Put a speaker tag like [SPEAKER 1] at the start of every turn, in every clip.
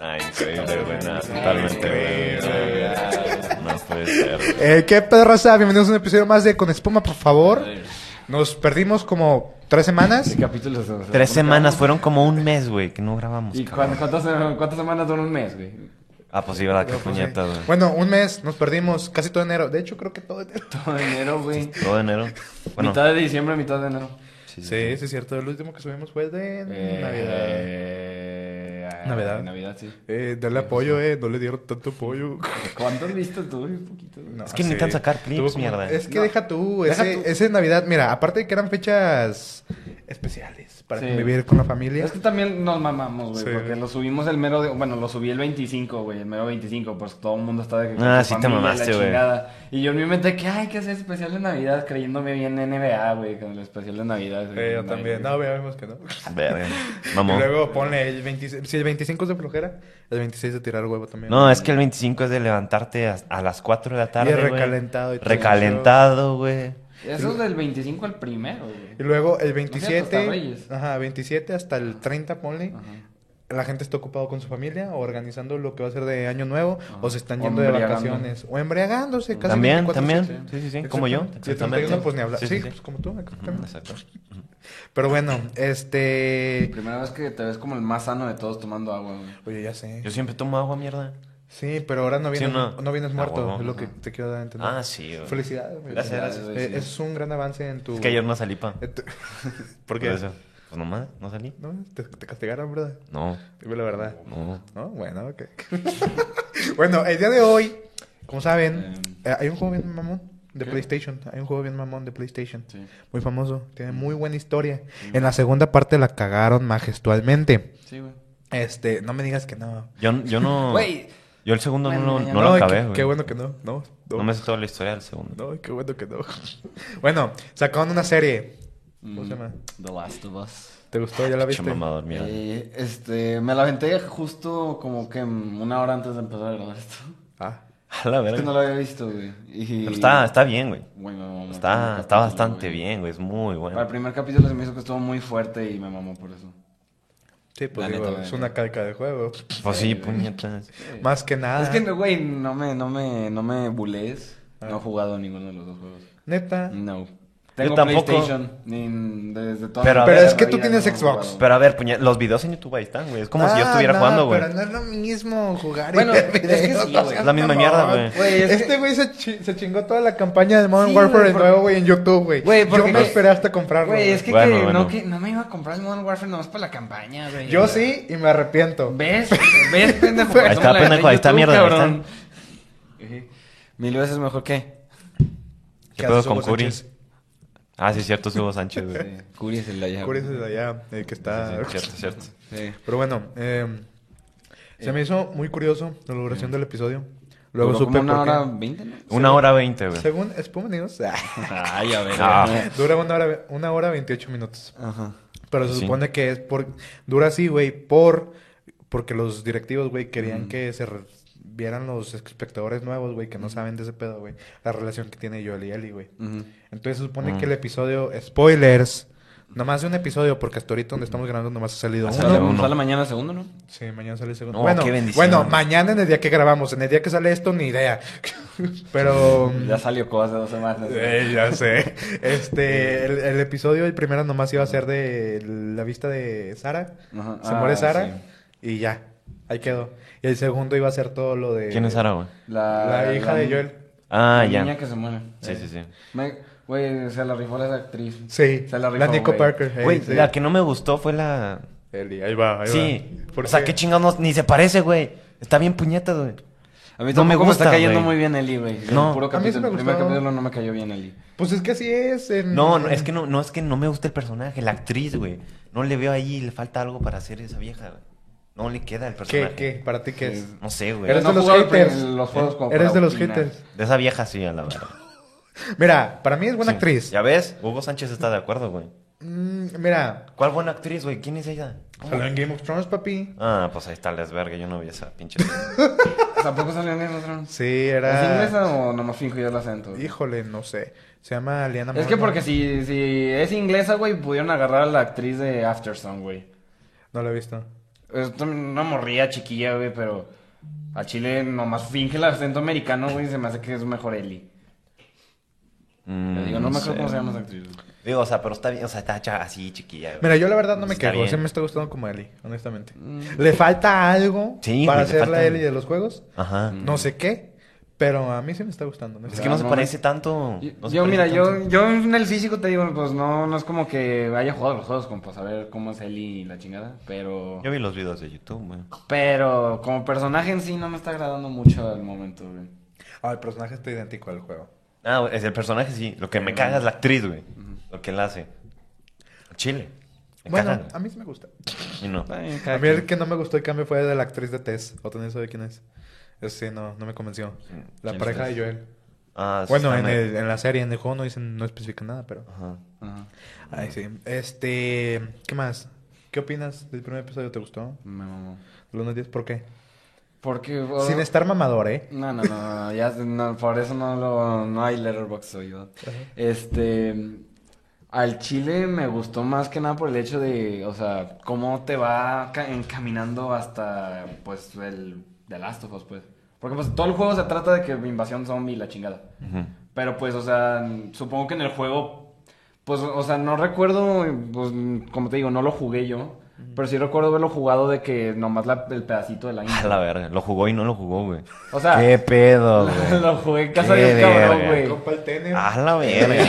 [SPEAKER 1] Ah, increíble, güey. nada, Totalmente, güey. güey. No puede ser.
[SPEAKER 2] Eh, ¿Qué pedo, raza? Bienvenidos a un episodio más de Con Espuma, por favor. Nos perdimos como tres semanas.
[SPEAKER 3] capítulos. Este se nos
[SPEAKER 1] Tres
[SPEAKER 3] juntaron.
[SPEAKER 1] semanas, fueron como un mes, güey, que no grabamos.
[SPEAKER 3] ¿Y
[SPEAKER 1] cabrón.
[SPEAKER 3] cuán- cuántas, cuántas semanas dura un mes, güey?
[SPEAKER 1] Ah, pues sí, ¿verdad? Qué puñeta, güey.
[SPEAKER 2] Bueno, un mes, nos perdimos casi todo enero. De hecho, creo que todo enero.
[SPEAKER 3] Todo enero, güey.
[SPEAKER 1] Todo enero. Bueno,
[SPEAKER 3] Mitad de diciembre, mitad de enero.
[SPEAKER 1] sí,
[SPEAKER 2] Sí, sí, es cierto. El último que subimos fue de
[SPEAKER 3] Eh,
[SPEAKER 2] Navidad.
[SPEAKER 3] eh, ah,
[SPEAKER 2] Navidad.
[SPEAKER 3] Navidad, sí.
[SPEAKER 2] Eh, dale apoyo, eh. No le dieron tanto apoyo.
[SPEAKER 3] ¿Cuántos viste tú? Un poquito. güey.
[SPEAKER 2] No,
[SPEAKER 1] Es que necesitan sacar clips,
[SPEAKER 2] Tuvo como-
[SPEAKER 1] mierda.
[SPEAKER 2] Es que
[SPEAKER 3] No.
[SPEAKER 2] deja tú,
[SPEAKER 3] Deja
[SPEAKER 2] ese,
[SPEAKER 3] tú.
[SPEAKER 2] ese Navidad, mira, aparte de que eran fechas especiales para
[SPEAKER 3] Sí.
[SPEAKER 2] convivir con la familia.
[SPEAKER 3] Es que también nos mamamos, güey,
[SPEAKER 2] Sí.
[SPEAKER 3] porque lo subimos el mero... de- bueno, lo subí el 25, güey, el mero 25, pues todo el mundo está de que...
[SPEAKER 1] Ah,
[SPEAKER 3] con
[SPEAKER 1] sí te
[SPEAKER 3] familia, la
[SPEAKER 1] mamaste, güey.
[SPEAKER 3] chingada. Y yo en mi mente que, ay, que hacer especial de Navidad, creyéndome bien NBA, güey, con el especial de Navidad. güey.
[SPEAKER 2] Eh, yo
[SPEAKER 3] Ay,
[SPEAKER 2] también.
[SPEAKER 3] güey.
[SPEAKER 2] No, veamos que no.
[SPEAKER 1] Verga.
[SPEAKER 2] Y
[SPEAKER 1] Mamón.
[SPEAKER 2] luego ponle el 26. Si el 25 es de flojera, el 26 de tirar huevo también.
[SPEAKER 1] No, es que el 25 es de levantarte a, a las 4 de la tarde. güey.
[SPEAKER 2] recalentado y todo
[SPEAKER 1] Recalentado, güey.
[SPEAKER 3] Eso es del 25 al primero, güey.
[SPEAKER 2] Y luego el
[SPEAKER 3] hasta
[SPEAKER 2] 27.
[SPEAKER 3] Reyes.
[SPEAKER 2] Ajá, 27 hasta el 30, ponle.
[SPEAKER 3] Ajá.
[SPEAKER 2] La gente está ocupado con su familia, o organizando lo que va a ser de año nuevo,
[SPEAKER 3] Ajá.
[SPEAKER 2] o se están
[SPEAKER 3] O
[SPEAKER 2] yendo de
[SPEAKER 3] embriagando.
[SPEAKER 2] vacaciones, o embriagándose casi.
[SPEAKER 1] También,
[SPEAKER 2] 24,
[SPEAKER 1] también. Sí, sí, sí. Como yo.
[SPEAKER 2] Si te embriagas, pues ni hablar. Sí,
[SPEAKER 1] Sí, sí, sí.
[SPEAKER 2] pues como tú, exactamente.
[SPEAKER 1] Ujú, Exacto.
[SPEAKER 2] Pero bueno, este.
[SPEAKER 3] Primera vez que te ves como el más sano de todos tomando agua, güey.
[SPEAKER 2] Oye, ya sé.
[SPEAKER 1] Yo siempre tomo agua, mierda.
[SPEAKER 2] Sí, pero ahora no
[SPEAKER 1] Sí,
[SPEAKER 2] vienes,
[SPEAKER 1] no.
[SPEAKER 2] no. vienes
[SPEAKER 1] Ah,
[SPEAKER 2] muerto,
[SPEAKER 1] huevo.
[SPEAKER 2] es lo que
[SPEAKER 3] Ajá.
[SPEAKER 2] te quiero dar a entender.
[SPEAKER 1] Ah, sí, güey.
[SPEAKER 2] Pues Felicidades. güey.
[SPEAKER 1] Gracias,
[SPEAKER 3] gracias,
[SPEAKER 2] Eh,
[SPEAKER 3] güey, sí.
[SPEAKER 2] es un gran avance en tu...
[SPEAKER 1] Es que ayer no salí, pa.
[SPEAKER 2] en tu-
[SPEAKER 1] ¿Por
[SPEAKER 2] qué?
[SPEAKER 1] eso. Pues nomás, no salí.
[SPEAKER 2] No, te, te castigaron, ¿verdad?
[SPEAKER 1] No,
[SPEAKER 2] Dime la verdad.
[SPEAKER 1] no.
[SPEAKER 2] No, bueno, ok. bueno, el día de hoy, como saben,
[SPEAKER 3] Eh.
[SPEAKER 2] eh, hay un juego bien mamón de
[SPEAKER 3] ¿Qué?
[SPEAKER 2] PlayStation. Hay un juego bien mamón de PlayStation.
[SPEAKER 3] Sí.
[SPEAKER 2] Muy famoso,
[SPEAKER 1] Mm.
[SPEAKER 2] tiene muy buena historia. En la segunda parte la cagaron majestualmente.
[SPEAKER 3] Sí, güey.
[SPEAKER 2] Este, no me digas que no.
[SPEAKER 1] Yo, yo no.
[SPEAKER 3] Güey.
[SPEAKER 1] Yo el segundo no,
[SPEAKER 3] Bueno,
[SPEAKER 1] lo-
[SPEAKER 3] ya
[SPEAKER 1] no
[SPEAKER 3] no.
[SPEAKER 1] lo
[SPEAKER 2] y
[SPEAKER 1] acabé,
[SPEAKER 2] qué,
[SPEAKER 1] güey.
[SPEAKER 2] qué bueno que no. No,
[SPEAKER 1] No me sé toda la historia del segundo.
[SPEAKER 2] No, qué bueno que no. bueno, sacaron una serie. ¿Cómo se
[SPEAKER 3] Mm,
[SPEAKER 2] llama?
[SPEAKER 3] The Last of Us.
[SPEAKER 2] ¿Te gustó? ¿Ya la
[SPEAKER 1] Pinche
[SPEAKER 2] viste?
[SPEAKER 1] mamador, mira.
[SPEAKER 3] Eh, este, me la aventé justo como que una hora antes de empezar a grabar esto.
[SPEAKER 2] Ah.
[SPEAKER 1] A la
[SPEAKER 3] Es que
[SPEAKER 1] verga.
[SPEAKER 3] no lo había visto, güey. Y...
[SPEAKER 1] Pero está, está bien, güey.
[SPEAKER 3] Güey, me mamó el
[SPEAKER 1] Está,
[SPEAKER 3] primer
[SPEAKER 1] está
[SPEAKER 3] capítulo,
[SPEAKER 1] bastante
[SPEAKER 3] güey.
[SPEAKER 1] bien, güey. Es muy
[SPEAKER 3] Para el
[SPEAKER 1] bueno.
[SPEAKER 3] primer capítulo se me hizo que estuvo muy fuerte y me mamó por eso.
[SPEAKER 2] Sí, pues
[SPEAKER 3] La
[SPEAKER 2] digo,
[SPEAKER 3] neta, la
[SPEAKER 2] es
[SPEAKER 3] neta.
[SPEAKER 2] una calca de juego.
[SPEAKER 1] Pues sí,
[SPEAKER 3] güey.
[SPEAKER 1] puñetas.
[SPEAKER 2] Más que nada.
[SPEAKER 3] Es que, no, güey, no me, no me, no me bulees.
[SPEAKER 1] Ah.
[SPEAKER 3] No he jugado ninguno de los dos juegos.
[SPEAKER 2] Neta.
[SPEAKER 3] No. Tengo
[SPEAKER 1] tampoco.
[SPEAKER 3] PlayStation ni- desde toda
[SPEAKER 1] Pero
[SPEAKER 3] mi
[SPEAKER 1] a ver,
[SPEAKER 3] perra
[SPEAKER 1] es
[SPEAKER 2] que tú
[SPEAKER 3] vida
[SPEAKER 2] tienes
[SPEAKER 3] no he
[SPEAKER 2] Xbox.
[SPEAKER 3] jugado.
[SPEAKER 1] Pero a ver, puñetas, los videos en YouTube ahí están, güey. Es como si yo
[SPEAKER 2] Ah,
[SPEAKER 1] estuviera
[SPEAKER 2] no,
[SPEAKER 1] jugando, güey.
[SPEAKER 2] Pero no es lo mismo jugar
[SPEAKER 3] Bueno,
[SPEAKER 2] y ver
[SPEAKER 3] es que
[SPEAKER 2] videos,
[SPEAKER 3] sí,
[SPEAKER 2] no
[SPEAKER 3] güey.
[SPEAKER 2] seas
[SPEAKER 1] Es la misma mierda, güey.
[SPEAKER 3] Güey, es
[SPEAKER 2] este
[SPEAKER 3] que-
[SPEAKER 2] güey se, chi- se chingó toda la campaña de Modern
[SPEAKER 3] Sí,
[SPEAKER 2] Warfare
[SPEAKER 3] güey,
[SPEAKER 2] de
[SPEAKER 3] porque-
[SPEAKER 2] nuevo, güey, en YouTube, güey.
[SPEAKER 3] Güey, porque-
[SPEAKER 2] Yo me esperé hasta comprarlo.
[SPEAKER 3] Güey, es que,
[SPEAKER 1] Bueno,
[SPEAKER 3] que-
[SPEAKER 1] bueno.
[SPEAKER 3] No, que no me iba a comprar el Modern Warfare nomás para la campaña, güey.
[SPEAKER 2] Yo sí y me arrepiento.
[SPEAKER 3] ¿Ves? ¿Ves, pendejo?
[SPEAKER 2] Ahí
[SPEAKER 3] Por eso
[SPEAKER 1] está,
[SPEAKER 3] me la
[SPEAKER 1] pendejo, ahí está,
[SPEAKER 3] gané en
[SPEAKER 1] mierda, ahí
[SPEAKER 3] cabrón. Mil veces mejor que.
[SPEAKER 1] ¿Qué
[SPEAKER 2] haces,
[SPEAKER 1] pedo con
[SPEAKER 2] Hugo
[SPEAKER 1] Curi?
[SPEAKER 2] Sánchez?
[SPEAKER 1] Ah, sí, es cierto, subo Sánchez, güey. Sí,
[SPEAKER 3] Curi es el de allá.
[SPEAKER 2] Curi es de allá, el que está...
[SPEAKER 1] sí, cierto, cierto.
[SPEAKER 3] Sí.
[SPEAKER 2] Pero bueno, eh, se me hizo muy curioso la duración del episodio. Luego
[SPEAKER 3] Duró
[SPEAKER 2] supe
[SPEAKER 3] como una
[SPEAKER 2] por qué.
[SPEAKER 3] hora veinte, ¿no?
[SPEAKER 1] Una hora veinte, güey.
[SPEAKER 2] Según Spum News,
[SPEAKER 3] Ay, a ver.
[SPEAKER 1] Ah.
[SPEAKER 3] güey.
[SPEAKER 2] dura una hora, una hora 28 minutos.
[SPEAKER 3] Ajá.
[SPEAKER 2] Pero se
[SPEAKER 1] Sí.
[SPEAKER 2] supone que es por... Dura así, güey, por... Porque los directivos, güey, querían
[SPEAKER 3] Mm.
[SPEAKER 2] que se re- vieran los espectadores nuevos, güey,
[SPEAKER 1] Mm.
[SPEAKER 2] que no saben de ese pedo, güey. La relación que tiene Joel y Ellie, güey.
[SPEAKER 3] Ujú.
[SPEAKER 2] Entonces se supone
[SPEAKER 1] Mm.
[SPEAKER 2] que el episodio... Spoilers. Nomás de un episodio, porque hasta ahorita donde estamos grabando nomás ha salido
[SPEAKER 1] Ha
[SPEAKER 2] Ah, uno.
[SPEAKER 1] salido
[SPEAKER 3] Sale,
[SPEAKER 1] uno.
[SPEAKER 3] sale mañana segundo, ¿no?
[SPEAKER 2] Sí, mañana sale el segundo.
[SPEAKER 1] No,
[SPEAKER 2] bueno,
[SPEAKER 1] qué bendición.
[SPEAKER 2] bueno, mañana en el día que grabamos, en el día que sale esto, ni idea. Pero. mm,
[SPEAKER 3] Ya salió Coba hace dos semanas.
[SPEAKER 2] Eh, ya sé. Este, el, el episodio, el primero nomás iba a ser de la vista de Sara.
[SPEAKER 3] Ajá.
[SPEAKER 2] Se
[SPEAKER 3] Ah,
[SPEAKER 2] muere Sara y ya. Ahí quedó. Y el segundo iba a ser todo lo de.
[SPEAKER 1] ¿Quién es Sara, güey?
[SPEAKER 3] La,
[SPEAKER 2] La, hija de Joel.
[SPEAKER 1] Ah,
[SPEAKER 3] La niña
[SPEAKER 1] ya.
[SPEAKER 3] que se muere.
[SPEAKER 1] Sí, sí, sí.
[SPEAKER 3] Me- Güey, se la rifó esa actriz.
[SPEAKER 2] Sí.
[SPEAKER 3] Se la rifó.
[SPEAKER 2] Nico
[SPEAKER 3] güey.
[SPEAKER 2] Parker. eh,
[SPEAKER 1] Güey,
[SPEAKER 2] sí.
[SPEAKER 1] la que no me gustó fue la.
[SPEAKER 2] Eli, ahí va, ahí
[SPEAKER 1] Sí.
[SPEAKER 2] va.
[SPEAKER 1] O sea, qué chingados no- ni se parece, güey. Está bien puñeta, güey.
[SPEAKER 3] A
[SPEAKER 1] No
[SPEAKER 3] mí tampoco
[SPEAKER 1] me
[SPEAKER 3] me,
[SPEAKER 1] gusta,
[SPEAKER 3] está cayendo
[SPEAKER 1] güey.
[SPEAKER 3] muy bien Eli, güey.
[SPEAKER 1] No.
[SPEAKER 3] El puro
[SPEAKER 2] A mí sí
[SPEAKER 3] capítulo,
[SPEAKER 2] me
[SPEAKER 3] el primer
[SPEAKER 2] gustó.
[SPEAKER 3] capítulo no me cayó bien Eli.
[SPEAKER 2] Pues es que así es. en-
[SPEAKER 1] No, no, es que no, no es que no me gusta el personaje, la actriz, güey. No le veo ahí, le falta algo para hacer esa vieja, güey. No le queda el
[SPEAKER 2] ¿Qué,
[SPEAKER 1] personaje.
[SPEAKER 2] qué? ¿Para ti qué
[SPEAKER 3] Sí.
[SPEAKER 2] es?
[SPEAKER 1] No sé, güey.
[SPEAKER 2] Eres
[SPEAKER 3] No
[SPEAKER 2] de los
[SPEAKER 3] jugaba el
[SPEAKER 2] haters.
[SPEAKER 3] primer- los juegos como
[SPEAKER 2] Eres
[SPEAKER 3] para
[SPEAKER 2] de los
[SPEAKER 3] opinar.
[SPEAKER 2] haters.
[SPEAKER 1] De esa vieja sí, a la verdad.
[SPEAKER 2] Mira, para mí es buena actriz.
[SPEAKER 1] ¿Ya ves? Hugo Sánchez está de acuerdo, güey.
[SPEAKER 2] Mm, mira,
[SPEAKER 1] ¿Cuál buena actriz, güey? ¿Quién es ella? ¿Cómo?
[SPEAKER 2] salió en Game of Thrones, papi.
[SPEAKER 1] Ah, pues ahí está la esverga, yo no vi esa pinche.
[SPEAKER 3] ¿Tampoco salió en Game of Thrones?
[SPEAKER 2] Sí,
[SPEAKER 3] ¿Es
[SPEAKER 2] era.
[SPEAKER 3] inglesa o nomás finjo yo el acento? güey?
[SPEAKER 2] Híjole, no sé. Se llama Liana
[SPEAKER 3] Es que
[SPEAKER 2] Mormont.
[SPEAKER 3] porque si, si es inglesa, güey, pudieron agarrar a la actriz de Aftersun, güey.
[SPEAKER 2] No lo he visto.
[SPEAKER 3] Es tam- una morría chiquilla, güey, pero a Chile nomás finge el acento americano, güey, y se me hace que es mejor Eli. Le digo, no me acuerdo cómo se llama esa actriz. güey.
[SPEAKER 1] Mm, Digo, o sea, pero está bien, o sea, está cha- así chiquilla. güey.
[SPEAKER 2] Mira, yo la verdad no me
[SPEAKER 1] Está
[SPEAKER 2] quejo.
[SPEAKER 1] bien. Mm.
[SPEAKER 2] Sí me está gustando como Ellie, honestamente. Le falta algo
[SPEAKER 1] Sí,
[SPEAKER 2] para
[SPEAKER 1] güey, le
[SPEAKER 2] ser la
[SPEAKER 1] falta-
[SPEAKER 2] Ellie de los juegos.
[SPEAKER 1] Ajá.
[SPEAKER 2] No sé qué. Pero a mí sí me está gustando.
[SPEAKER 1] Es que no se
[SPEAKER 3] Mm. Ah, No,
[SPEAKER 1] parece tanto.
[SPEAKER 3] Yo,
[SPEAKER 1] no se
[SPEAKER 3] yo,
[SPEAKER 1] parece
[SPEAKER 3] mira, yo,
[SPEAKER 1] tanto.
[SPEAKER 3] yo en el físico te digo, pues no, no es como que haya jugado los juegos, como para saber cómo es Eli y la chingada, pero...
[SPEAKER 1] Yo vi los videos de YouTube, güey.
[SPEAKER 3] Pero como personaje en sí no me está agradando mucho al momento, güey.
[SPEAKER 2] Ah, el personaje está idéntico al juego.
[SPEAKER 1] Ah, güey, es el personaje, sí. Lo
[SPEAKER 3] Mm.
[SPEAKER 1] que me caga es la actriz, güey. Lo que él hace. Chile. Me
[SPEAKER 2] Bueno,
[SPEAKER 1] caga.
[SPEAKER 2] a mí sí me gusta.
[SPEAKER 1] Y no.
[SPEAKER 2] A mí el que no me gustó el cambio fue de la actriz de Tess. O también sabe quién es. Eso sí, no, no me convenció. La
[SPEAKER 3] ¿Quién
[SPEAKER 2] pareja
[SPEAKER 3] es?
[SPEAKER 2] de Joel.
[SPEAKER 1] Ah, sí,
[SPEAKER 2] Bueno,
[SPEAKER 1] está
[SPEAKER 2] en,
[SPEAKER 1] mal.
[SPEAKER 2] el- en la serie, en el juego no dicen, no especifican nada, pero.
[SPEAKER 1] Ajá.
[SPEAKER 3] Ajá.
[SPEAKER 2] Ay, sí. Este, ¿qué más? ¿Qué opinas del primer episodio? ¿Te gustó?
[SPEAKER 3] Me mamó.
[SPEAKER 2] ¿Los 10? ¿Por qué?
[SPEAKER 3] Porque... oh,
[SPEAKER 2] Sin estar mamador, ¿eh?
[SPEAKER 3] No, no, no, no, ya, no, por eso no lo, no hay Letterboxd soy yo. Este, al Chile me gustó más que nada por el hecho de, o sea, cómo te va ca- encaminando hasta, pues, el The Last of Us, pues. Porque, pues, todo el juego se trata de que invasión zombie y la chingada.
[SPEAKER 1] Ujú.
[SPEAKER 3] Pero, pues, o sea, supongo que en el juego, pues, o sea, no recuerdo, pues, como te digo, no lo jugué yo. Pero sí recuerdo haberlo jugado de que nomás la- el pedacito de la
[SPEAKER 1] A
[SPEAKER 3] intro.
[SPEAKER 1] la verga. Lo jugó y no lo jugó, güey.
[SPEAKER 3] O sea,
[SPEAKER 1] ¿Qué pedo, güey?
[SPEAKER 3] Lo jugué en casa
[SPEAKER 1] Qué
[SPEAKER 3] de un cabrón,
[SPEAKER 1] verga.
[SPEAKER 3] güey.
[SPEAKER 2] Compa el tenis.
[SPEAKER 1] A la verga.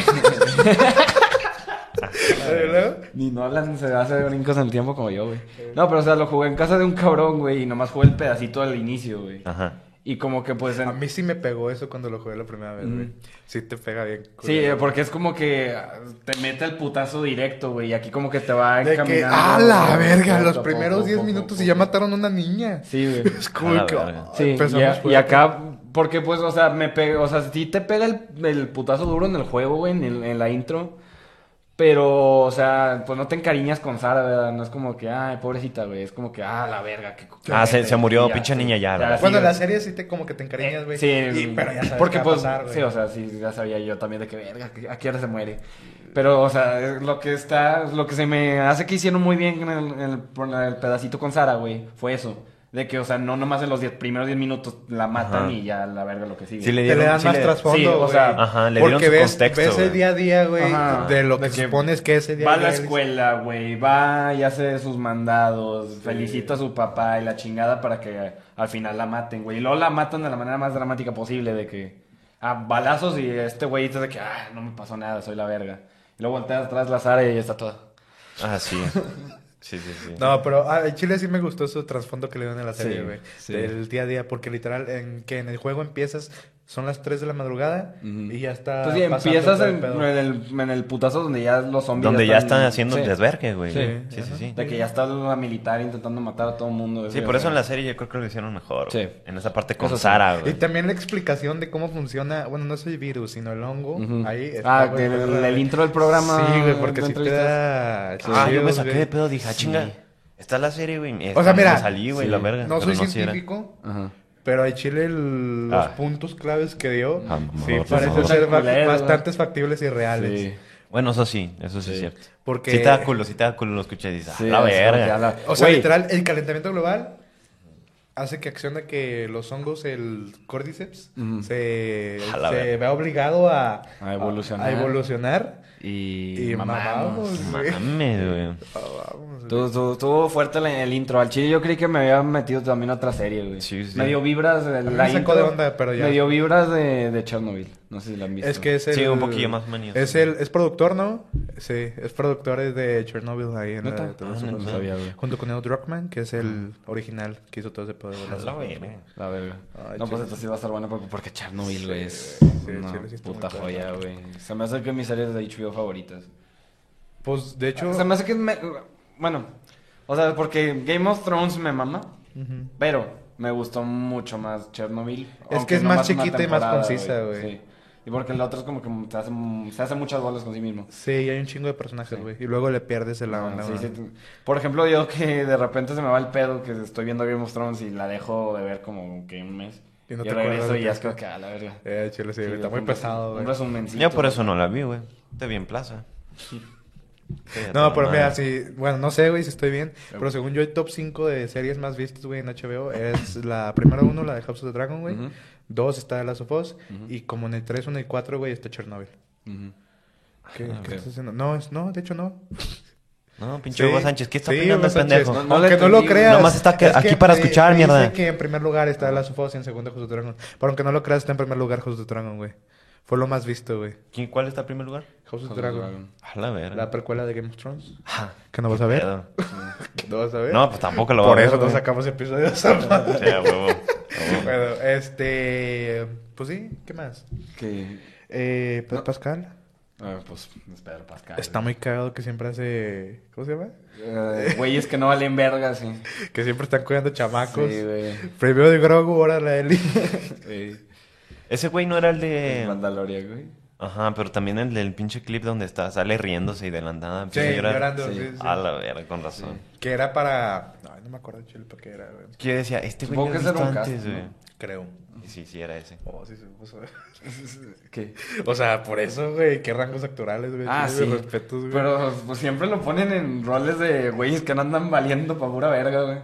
[SPEAKER 2] ¿verdad?
[SPEAKER 3] Ni Nolan se hace brincos en el tiempo como yo, güey. No, pero o sea, lo jugué en casa de un cabrón, güey, y nomás jugué el pedacito al inicio, güey.
[SPEAKER 1] Ajá.
[SPEAKER 3] Y como que pues... en-
[SPEAKER 2] A mí sí me pegó eso cuando lo jugué la primera vez, güey.
[SPEAKER 3] Mm.
[SPEAKER 2] Sí te pega bien.
[SPEAKER 3] Sí,
[SPEAKER 2] culero.
[SPEAKER 3] eh, porque es como que ah, te mete el putazo directo, güey, y aquí como que te va
[SPEAKER 2] De que,
[SPEAKER 3] encaminando.
[SPEAKER 2] a la verga,
[SPEAKER 3] poco,
[SPEAKER 2] los
[SPEAKER 3] poco,
[SPEAKER 2] primeros
[SPEAKER 3] poco,
[SPEAKER 2] 10
[SPEAKER 3] poco,
[SPEAKER 2] minutos
[SPEAKER 3] poco.
[SPEAKER 2] y ya mataron a una niña.
[SPEAKER 3] Sí, güey.
[SPEAKER 2] Es
[SPEAKER 1] A la
[SPEAKER 2] como que
[SPEAKER 1] verga.
[SPEAKER 2] ah,
[SPEAKER 3] Sí, y,
[SPEAKER 2] empezamos
[SPEAKER 3] a- y
[SPEAKER 2] fuerte.
[SPEAKER 3] acá, porque pues, o sea, me pega, o sea, sí te pega el, el putazo duro en el juego, güey, en, el- en la intro. Pero, o sea, pues no te encariñas con Sara, ¿verdad? No es como que, ay, pobrecita, güey. Es como que, ah, la verga. qué- qué
[SPEAKER 1] Ah, se-
[SPEAKER 3] ojete",
[SPEAKER 1] se murió,
[SPEAKER 3] y
[SPEAKER 1] pinche niña ya,
[SPEAKER 3] así,
[SPEAKER 1] ¿verdad?
[SPEAKER 2] Bueno, en
[SPEAKER 3] güey.
[SPEAKER 2] la serie sí te como que te encariñas, güey.
[SPEAKER 3] Eh, Sí,
[SPEAKER 2] Y- pero ya sabes
[SPEAKER 3] porque
[SPEAKER 2] qué va a
[SPEAKER 3] pues,
[SPEAKER 2] pasar, güey.
[SPEAKER 3] sí, o sea, sí, ya sabía yo también de que, verga, ¿a qué hora se muere? Pero, o sea, es lo que está, lo que se me hace que hicieron muy bien en el, en el- por el pedacito con Sara, güey, fue eso. De que, o sea, no nomás en los diez- primeros 10 minutos la matan
[SPEAKER 1] Ajá.
[SPEAKER 3] y ya la verga lo que sigue.
[SPEAKER 1] Sí le
[SPEAKER 2] Te
[SPEAKER 1] dieron
[SPEAKER 2] le dan
[SPEAKER 1] sí
[SPEAKER 2] más trasfondo,
[SPEAKER 3] sí, o
[SPEAKER 2] güey.
[SPEAKER 3] sea,
[SPEAKER 1] Ajá, le dieron
[SPEAKER 2] Porque
[SPEAKER 1] su
[SPEAKER 2] ves,
[SPEAKER 1] contexto,
[SPEAKER 2] ves el
[SPEAKER 1] güey.
[SPEAKER 2] día a día, güey,
[SPEAKER 3] Ajá.
[SPEAKER 2] de lo
[SPEAKER 3] De
[SPEAKER 2] que
[SPEAKER 3] que
[SPEAKER 2] supones que ese día
[SPEAKER 3] Va
[SPEAKER 2] a
[SPEAKER 3] a la
[SPEAKER 2] día,
[SPEAKER 3] escuela, güey, va y hace sus mandados, felicita a su papá y la chingada para que al final la maten, güey. Y luego la matan de la manera más dramática posible, de que a balazos y este güey está de que, ah, no me pasó nada, soy la verga. Y luego voltea atrás la Sara y ya está toda.
[SPEAKER 1] Ah, sí. Sí, sí, sí.
[SPEAKER 2] No, pero ah, en Chile sí me gustó su trasfondo que le dieron a la serie,
[SPEAKER 3] Sí,
[SPEAKER 2] güey.
[SPEAKER 3] sí.
[SPEAKER 2] Del día a día, porque literal, en que en el juego empiezas, son las 3 de la madrugada
[SPEAKER 3] Ujú.
[SPEAKER 2] y ya está.
[SPEAKER 3] Entonces sí,
[SPEAKER 2] Ah, pasando
[SPEAKER 3] empiezas
[SPEAKER 2] todo el
[SPEAKER 3] en,
[SPEAKER 2] pedo.
[SPEAKER 3] en el, en el putazo donde ya los zombies.
[SPEAKER 1] Donde ya están haciendo
[SPEAKER 3] sí,
[SPEAKER 1] el desvergue, güey.
[SPEAKER 2] Sí.
[SPEAKER 1] Sí, sí, sí.
[SPEAKER 3] De que ya está la militar intentando matar a todo el mundo.
[SPEAKER 1] Sí,
[SPEAKER 3] eso
[SPEAKER 1] por
[SPEAKER 3] ya
[SPEAKER 1] eso en
[SPEAKER 3] está.
[SPEAKER 1] la serie yo creo que lo hicieron mejor.
[SPEAKER 3] Sí.
[SPEAKER 1] Sí. En esa parte con
[SPEAKER 3] Eso sí.
[SPEAKER 1] Sara,
[SPEAKER 2] Y
[SPEAKER 1] güey.
[SPEAKER 2] también la explicación de cómo funciona, bueno, no es el virus, sino el hongo.
[SPEAKER 3] Ujú.
[SPEAKER 2] Ahí
[SPEAKER 3] Ah,
[SPEAKER 2] güey,
[SPEAKER 3] del-
[SPEAKER 2] perra,
[SPEAKER 3] del
[SPEAKER 2] güey.
[SPEAKER 3] intro del programa,
[SPEAKER 2] Sí, güey, porque
[SPEAKER 3] de
[SPEAKER 2] si te da.
[SPEAKER 1] Ah, yo me
[SPEAKER 2] chillos,
[SPEAKER 1] saqué
[SPEAKER 2] güey.
[SPEAKER 1] de pedo, dije, ah, chinga. Está la serie, güey.
[SPEAKER 2] O sea,
[SPEAKER 1] Me
[SPEAKER 2] mira,
[SPEAKER 1] salí, güey,
[SPEAKER 3] sí.
[SPEAKER 1] la verga.
[SPEAKER 2] No
[SPEAKER 1] pero
[SPEAKER 2] soy
[SPEAKER 1] sí era.
[SPEAKER 2] científico,
[SPEAKER 3] Ajá.
[SPEAKER 2] Pero a Chile el- los
[SPEAKER 1] Ah.
[SPEAKER 2] puntos claves que dio
[SPEAKER 1] Ah, mamador,
[SPEAKER 2] sí
[SPEAKER 1] por
[SPEAKER 2] parecen
[SPEAKER 1] favor.
[SPEAKER 2] ser ba-
[SPEAKER 3] Culero, ¿verdad?
[SPEAKER 2] bastantes factibles y reales.
[SPEAKER 3] Sí.
[SPEAKER 1] Bueno, eso sí, eso sí, es cierto.
[SPEAKER 2] Porque-
[SPEAKER 1] Si te da culo, si te da culo, lo escuché y dices, ah,
[SPEAKER 3] Sí,
[SPEAKER 1] la
[SPEAKER 3] es como que a
[SPEAKER 1] verga.
[SPEAKER 3] la-
[SPEAKER 2] O sea,
[SPEAKER 3] Güey,
[SPEAKER 2] literal, el calentamiento global hace que acciona que los hongos, el cordyceps,
[SPEAKER 3] Ujú.
[SPEAKER 2] se,
[SPEAKER 1] A la
[SPEAKER 2] se
[SPEAKER 1] verga.
[SPEAKER 2] vea obligado a,
[SPEAKER 3] A evolucionar.
[SPEAKER 2] a evolucionar.
[SPEAKER 3] Y,
[SPEAKER 2] Y
[SPEAKER 3] mamamos.
[SPEAKER 2] mamamos. güey.
[SPEAKER 1] Mames, güey.
[SPEAKER 3] Estuvo- Estuvo estuvo fuerte la- el intro. Al chile yo creí que me había metido también a otra serie, güey.
[SPEAKER 1] Sí, sí.
[SPEAKER 3] Me dio vibras de
[SPEAKER 2] mí
[SPEAKER 3] la
[SPEAKER 2] me sacó
[SPEAKER 3] intro,
[SPEAKER 2] de onda, pero ya.
[SPEAKER 3] Me dio vibras de, de Chernobyl. No sé si la han visto.
[SPEAKER 2] Es que es el...
[SPEAKER 1] Sí, un poquillo más manioso.
[SPEAKER 2] Es, el, es productor, ¿no? Sí, es productor de Chernobyl ahí en
[SPEAKER 3] ¿Neta?
[SPEAKER 2] la... de los
[SPEAKER 1] Ah,
[SPEAKER 2] ojos.
[SPEAKER 1] neta.
[SPEAKER 3] No sabía, güey.
[SPEAKER 2] Junto con Neil Druckmann, que es el original que hizo todo ese pedo. de
[SPEAKER 1] A
[SPEAKER 2] los
[SPEAKER 1] Ah, la
[SPEAKER 2] ojos.
[SPEAKER 1] verga.
[SPEAKER 3] La verga.
[SPEAKER 2] Ay,
[SPEAKER 3] no,
[SPEAKER 2] chile.
[SPEAKER 3] pues entonces sí va a estar bueno porque, porque Chernobyl, güey, es
[SPEAKER 2] sí,
[SPEAKER 3] una
[SPEAKER 2] chile, sí está
[SPEAKER 3] puta
[SPEAKER 2] muy bueno.
[SPEAKER 3] joya, güey. Se me hace que mis series de HBO favoritas.
[SPEAKER 2] Pues, de hecho...
[SPEAKER 3] Se me hace que... me- Bueno, o sea, porque Game of Thrones me mama,
[SPEAKER 2] Ujú.
[SPEAKER 3] pero me gustó mucho más Chernobyl.
[SPEAKER 2] que
[SPEAKER 3] aunque
[SPEAKER 2] es más
[SPEAKER 3] nomás una
[SPEAKER 2] chiquita y más
[SPEAKER 3] temporada,
[SPEAKER 2] concisa, güey.
[SPEAKER 3] Sí. Y porque el otro es como que se hace, se hace muchas bolas con sí mismo.
[SPEAKER 2] Sí, y hay un chingo de personajes,
[SPEAKER 3] Sí.
[SPEAKER 2] güey. Y luego le pierdes el
[SPEAKER 3] Ah,
[SPEAKER 2] onda,
[SPEAKER 3] sí,
[SPEAKER 2] güey.
[SPEAKER 3] sí, tú- Por ejemplo, yo que de repente se me va el pedo que estoy viendo Game of Thrones y la dejo de ver como que un mes.
[SPEAKER 2] Y
[SPEAKER 3] Y,
[SPEAKER 2] no te acuerdas
[SPEAKER 3] regreso
[SPEAKER 2] de
[SPEAKER 3] y ya
[SPEAKER 2] qué
[SPEAKER 3] es como que, ah, la verga.
[SPEAKER 2] Eh, chile, sí,
[SPEAKER 3] Sí,
[SPEAKER 2] está
[SPEAKER 3] un
[SPEAKER 2] muy
[SPEAKER 3] resu-
[SPEAKER 2] pesado,
[SPEAKER 3] Un
[SPEAKER 2] güey.
[SPEAKER 3] resumencito.
[SPEAKER 1] Yo por eso no la vi, güey. Te vi en plaza.
[SPEAKER 2] No, pero
[SPEAKER 1] por
[SPEAKER 2] mira, si... Bueno, no sé, güey, si estoy bien.
[SPEAKER 3] Pero-
[SPEAKER 2] Pero según yo, el top 5 de series más vistas, güey, en HBO es la primera uno, la de House of the Dragon, güey.
[SPEAKER 3] Ujú.
[SPEAKER 2] Dos está The Last of Us.
[SPEAKER 3] Ujú.
[SPEAKER 2] Y como en el 3 o en el 4, güey, está Chernobyl.
[SPEAKER 3] Ujú.
[SPEAKER 2] ¿Qué,
[SPEAKER 3] Ah,
[SPEAKER 2] qué
[SPEAKER 3] ok.
[SPEAKER 2] estás haciendo? No, es- no, de hecho no.
[SPEAKER 1] No, pinche
[SPEAKER 2] Sí.
[SPEAKER 1] Hugo Sánchez, ¿qué está
[SPEAKER 2] Sí,
[SPEAKER 1] opinando
[SPEAKER 2] Hugo
[SPEAKER 1] el pendejo?
[SPEAKER 2] Sánchez.
[SPEAKER 3] No, no
[SPEAKER 2] Aunque
[SPEAKER 3] le
[SPEAKER 2] no lo
[SPEAKER 3] entendí.
[SPEAKER 2] creas.
[SPEAKER 1] Nomás está que-
[SPEAKER 2] es
[SPEAKER 1] aquí para
[SPEAKER 2] me-
[SPEAKER 1] escuchar,
[SPEAKER 2] me
[SPEAKER 1] mierda.
[SPEAKER 2] Dice que en primer lugar está Last of Us y en segundo House of the Dragon. Pero aunque no lo creas, está en primer lugar House of the Dragon, güey. Fue lo más visto, güey.
[SPEAKER 1] ¿Quién- ¿Cuál está en primer lugar?
[SPEAKER 2] House of
[SPEAKER 3] House
[SPEAKER 2] the Dragon.
[SPEAKER 1] A la verga.
[SPEAKER 2] La precuela de Game of Thrones.
[SPEAKER 1] Ja,
[SPEAKER 2] ¿Que no vas a ver?
[SPEAKER 1] pedo.
[SPEAKER 2] Que No vas a ver.
[SPEAKER 1] No, pues tampoco lo va a
[SPEAKER 2] Por
[SPEAKER 1] ver.
[SPEAKER 2] eso no
[SPEAKER 1] güey.
[SPEAKER 2] sacamos episodios. bueno,
[SPEAKER 1] Sí, a huevo, a huevo.
[SPEAKER 2] este. Pues sí, ¿qué más?
[SPEAKER 3] Que.
[SPEAKER 2] Eh, Pedro
[SPEAKER 3] No.
[SPEAKER 2] Pascal.
[SPEAKER 3] ah, pues, es Pedro Pascal.
[SPEAKER 2] Está muy cagado que siempre hace. ¿Cómo se llama?
[SPEAKER 3] Eh, Güeyes que no valen verga, sí.
[SPEAKER 2] Que siempre están cuidando chamacos.
[SPEAKER 3] Sí, güey.
[SPEAKER 2] Primero de Grogu, ahora la Eli.
[SPEAKER 3] Sí.
[SPEAKER 1] Ese güey no era el
[SPEAKER 3] El
[SPEAKER 2] Pues
[SPEAKER 1] de...
[SPEAKER 3] Mandalorian, güey.
[SPEAKER 1] Ajá, pero también el del pinche clip donde está, sale riéndose y de la nada
[SPEAKER 2] Sí,
[SPEAKER 1] empieza a llorar.
[SPEAKER 2] llorando.
[SPEAKER 3] sí.
[SPEAKER 2] sí, sí.
[SPEAKER 1] A la verga, con razón.
[SPEAKER 2] Que era para. Ay, no me acuerdo, chile, para qué era, güey.
[SPEAKER 1] Es que yo decía, este güey
[SPEAKER 3] Supongo
[SPEAKER 1] lo he
[SPEAKER 3] que ese
[SPEAKER 1] visto
[SPEAKER 3] era un
[SPEAKER 1] antes,
[SPEAKER 3] cast,
[SPEAKER 1] güey.
[SPEAKER 3] ¿no?
[SPEAKER 2] Creo.
[SPEAKER 1] Y Sí, sí, era ese.
[SPEAKER 2] Oh, sí, se puso.
[SPEAKER 3] ¿Qué?
[SPEAKER 2] O sea, por eso, güey, qué rangos actorales, güey.
[SPEAKER 3] Ah, sí.
[SPEAKER 2] Mis respetos, güey.
[SPEAKER 3] Pero pues siempre lo ponen en roles de güeyes que no andan valiendo pa' pura verga, güey.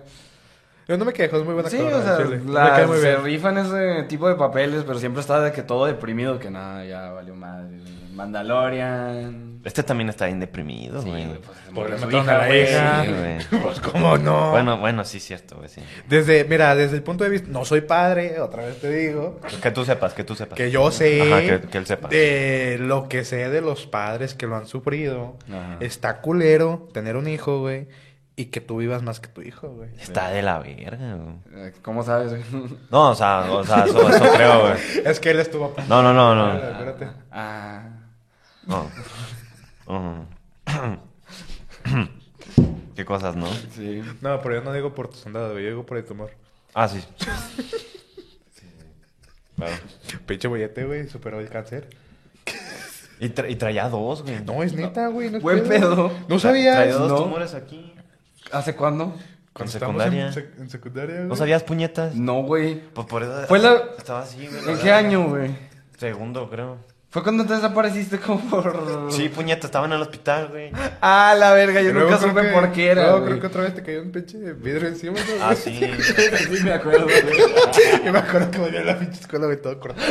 [SPEAKER 2] Yo no me quejo, es muy buena
[SPEAKER 3] Sí,
[SPEAKER 2] actora,
[SPEAKER 3] o sea,
[SPEAKER 2] chile.
[SPEAKER 3] la-
[SPEAKER 2] me cae muy
[SPEAKER 3] se
[SPEAKER 2] bien.
[SPEAKER 3] rifan ese tipo de papeles, pero siempre está de que todo deprimido, que nada, ya valió madre. güey. Mandalorian.
[SPEAKER 1] Este también está bien deprimido,
[SPEAKER 3] Sí,
[SPEAKER 1] güey.
[SPEAKER 3] güey, pues se
[SPEAKER 2] Por
[SPEAKER 3] murió
[SPEAKER 2] le
[SPEAKER 3] su
[SPEAKER 2] mataron a la hija.
[SPEAKER 1] Sí, güey.
[SPEAKER 2] pues, ¿cómo no?
[SPEAKER 1] Bueno, bueno, sí, cierto, güey, sí.
[SPEAKER 2] Desde, mira, desde el punto de vista, no soy padre, otra vez te digo,
[SPEAKER 1] Que tú sepas, que tú sepas.
[SPEAKER 2] que yo sé
[SPEAKER 1] Ajá, que, que él sepa.
[SPEAKER 2] de lo que sé de los padres que lo han sufrido.
[SPEAKER 3] Ajá.
[SPEAKER 2] Está culero tener un hijo, güey, y que tú vivas más que tu hijo, güey.
[SPEAKER 1] Está de la verga, güey.
[SPEAKER 3] Eh, ¿Cómo sabes? güey?
[SPEAKER 1] No, o sea, o sea, eso, eso creo, güey.
[SPEAKER 2] Es que él estuvo a punto.
[SPEAKER 1] No, no, no, no.
[SPEAKER 2] Espérate.
[SPEAKER 3] Ah.
[SPEAKER 1] No. Ujú. Mm. Qué cosas, ¿no?
[SPEAKER 3] Sí.
[SPEAKER 2] No, pero yo no digo por tus andadas, güey, yo digo por el tumor.
[SPEAKER 1] Ah, sí. Claro.
[SPEAKER 2] Pinche bollete, güey, superó el cáncer.
[SPEAKER 1] Y, tra- y traía dos, güey.
[SPEAKER 2] No, es neta, güey. No es
[SPEAKER 3] Buen pedo.
[SPEAKER 2] No
[SPEAKER 1] Tra- Traía
[SPEAKER 2] sabías.
[SPEAKER 1] dos
[SPEAKER 3] No.
[SPEAKER 1] tumores aquí.
[SPEAKER 2] Ah,
[SPEAKER 3] ¿Hace cuándo?
[SPEAKER 1] En
[SPEAKER 2] estábamos
[SPEAKER 1] secundaria.
[SPEAKER 2] En, sec- en secundaria, güey.
[SPEAKER 1] ¿No sabías puñetas?
[SPEAKER 3] No, güey.
[SPEAKER 1] Pues por eso.
[SPEAKER 3] Fue la-
[SPEAKER 1] Estaba así, güey. la
[SPEAKER 3] ¿En qué
[SPEAKER 1] verdad.
[SPEAKER 3] año, güey?
[SPEAKER 1] Segundo, creo.
[SPEAKER 3] Fue cuando te desapareciste como por...
[SPEAKER 1] Sí, puñetas, estaban en el hospital, güey.
[SPEAKER 3] Ah, la verga,
[SPEAKER 2] Y
[SPEAKER 3] yo
[SPEAKER 2] luego
[SPEAKER 3] nunca
[SPEAKER 2] creo
[SPEAKER 3] supe
[SPEAKER 2] que-
[SPEAKER 3] por qué era,
[SPEAKER 2] luego
[SPEAKER 3] güey.
[SPEAKER 2] creo que otra vez te cayó un pinche vidrio encima, ¿no, güey?
[SPEAKER 1] Ah, sí.
[SPEAKER 3] Sí, me acuerdo, güey.
[SPEAKER 2] Yo me acuerdo que volví a la pinche escuela, güey, todo cortado.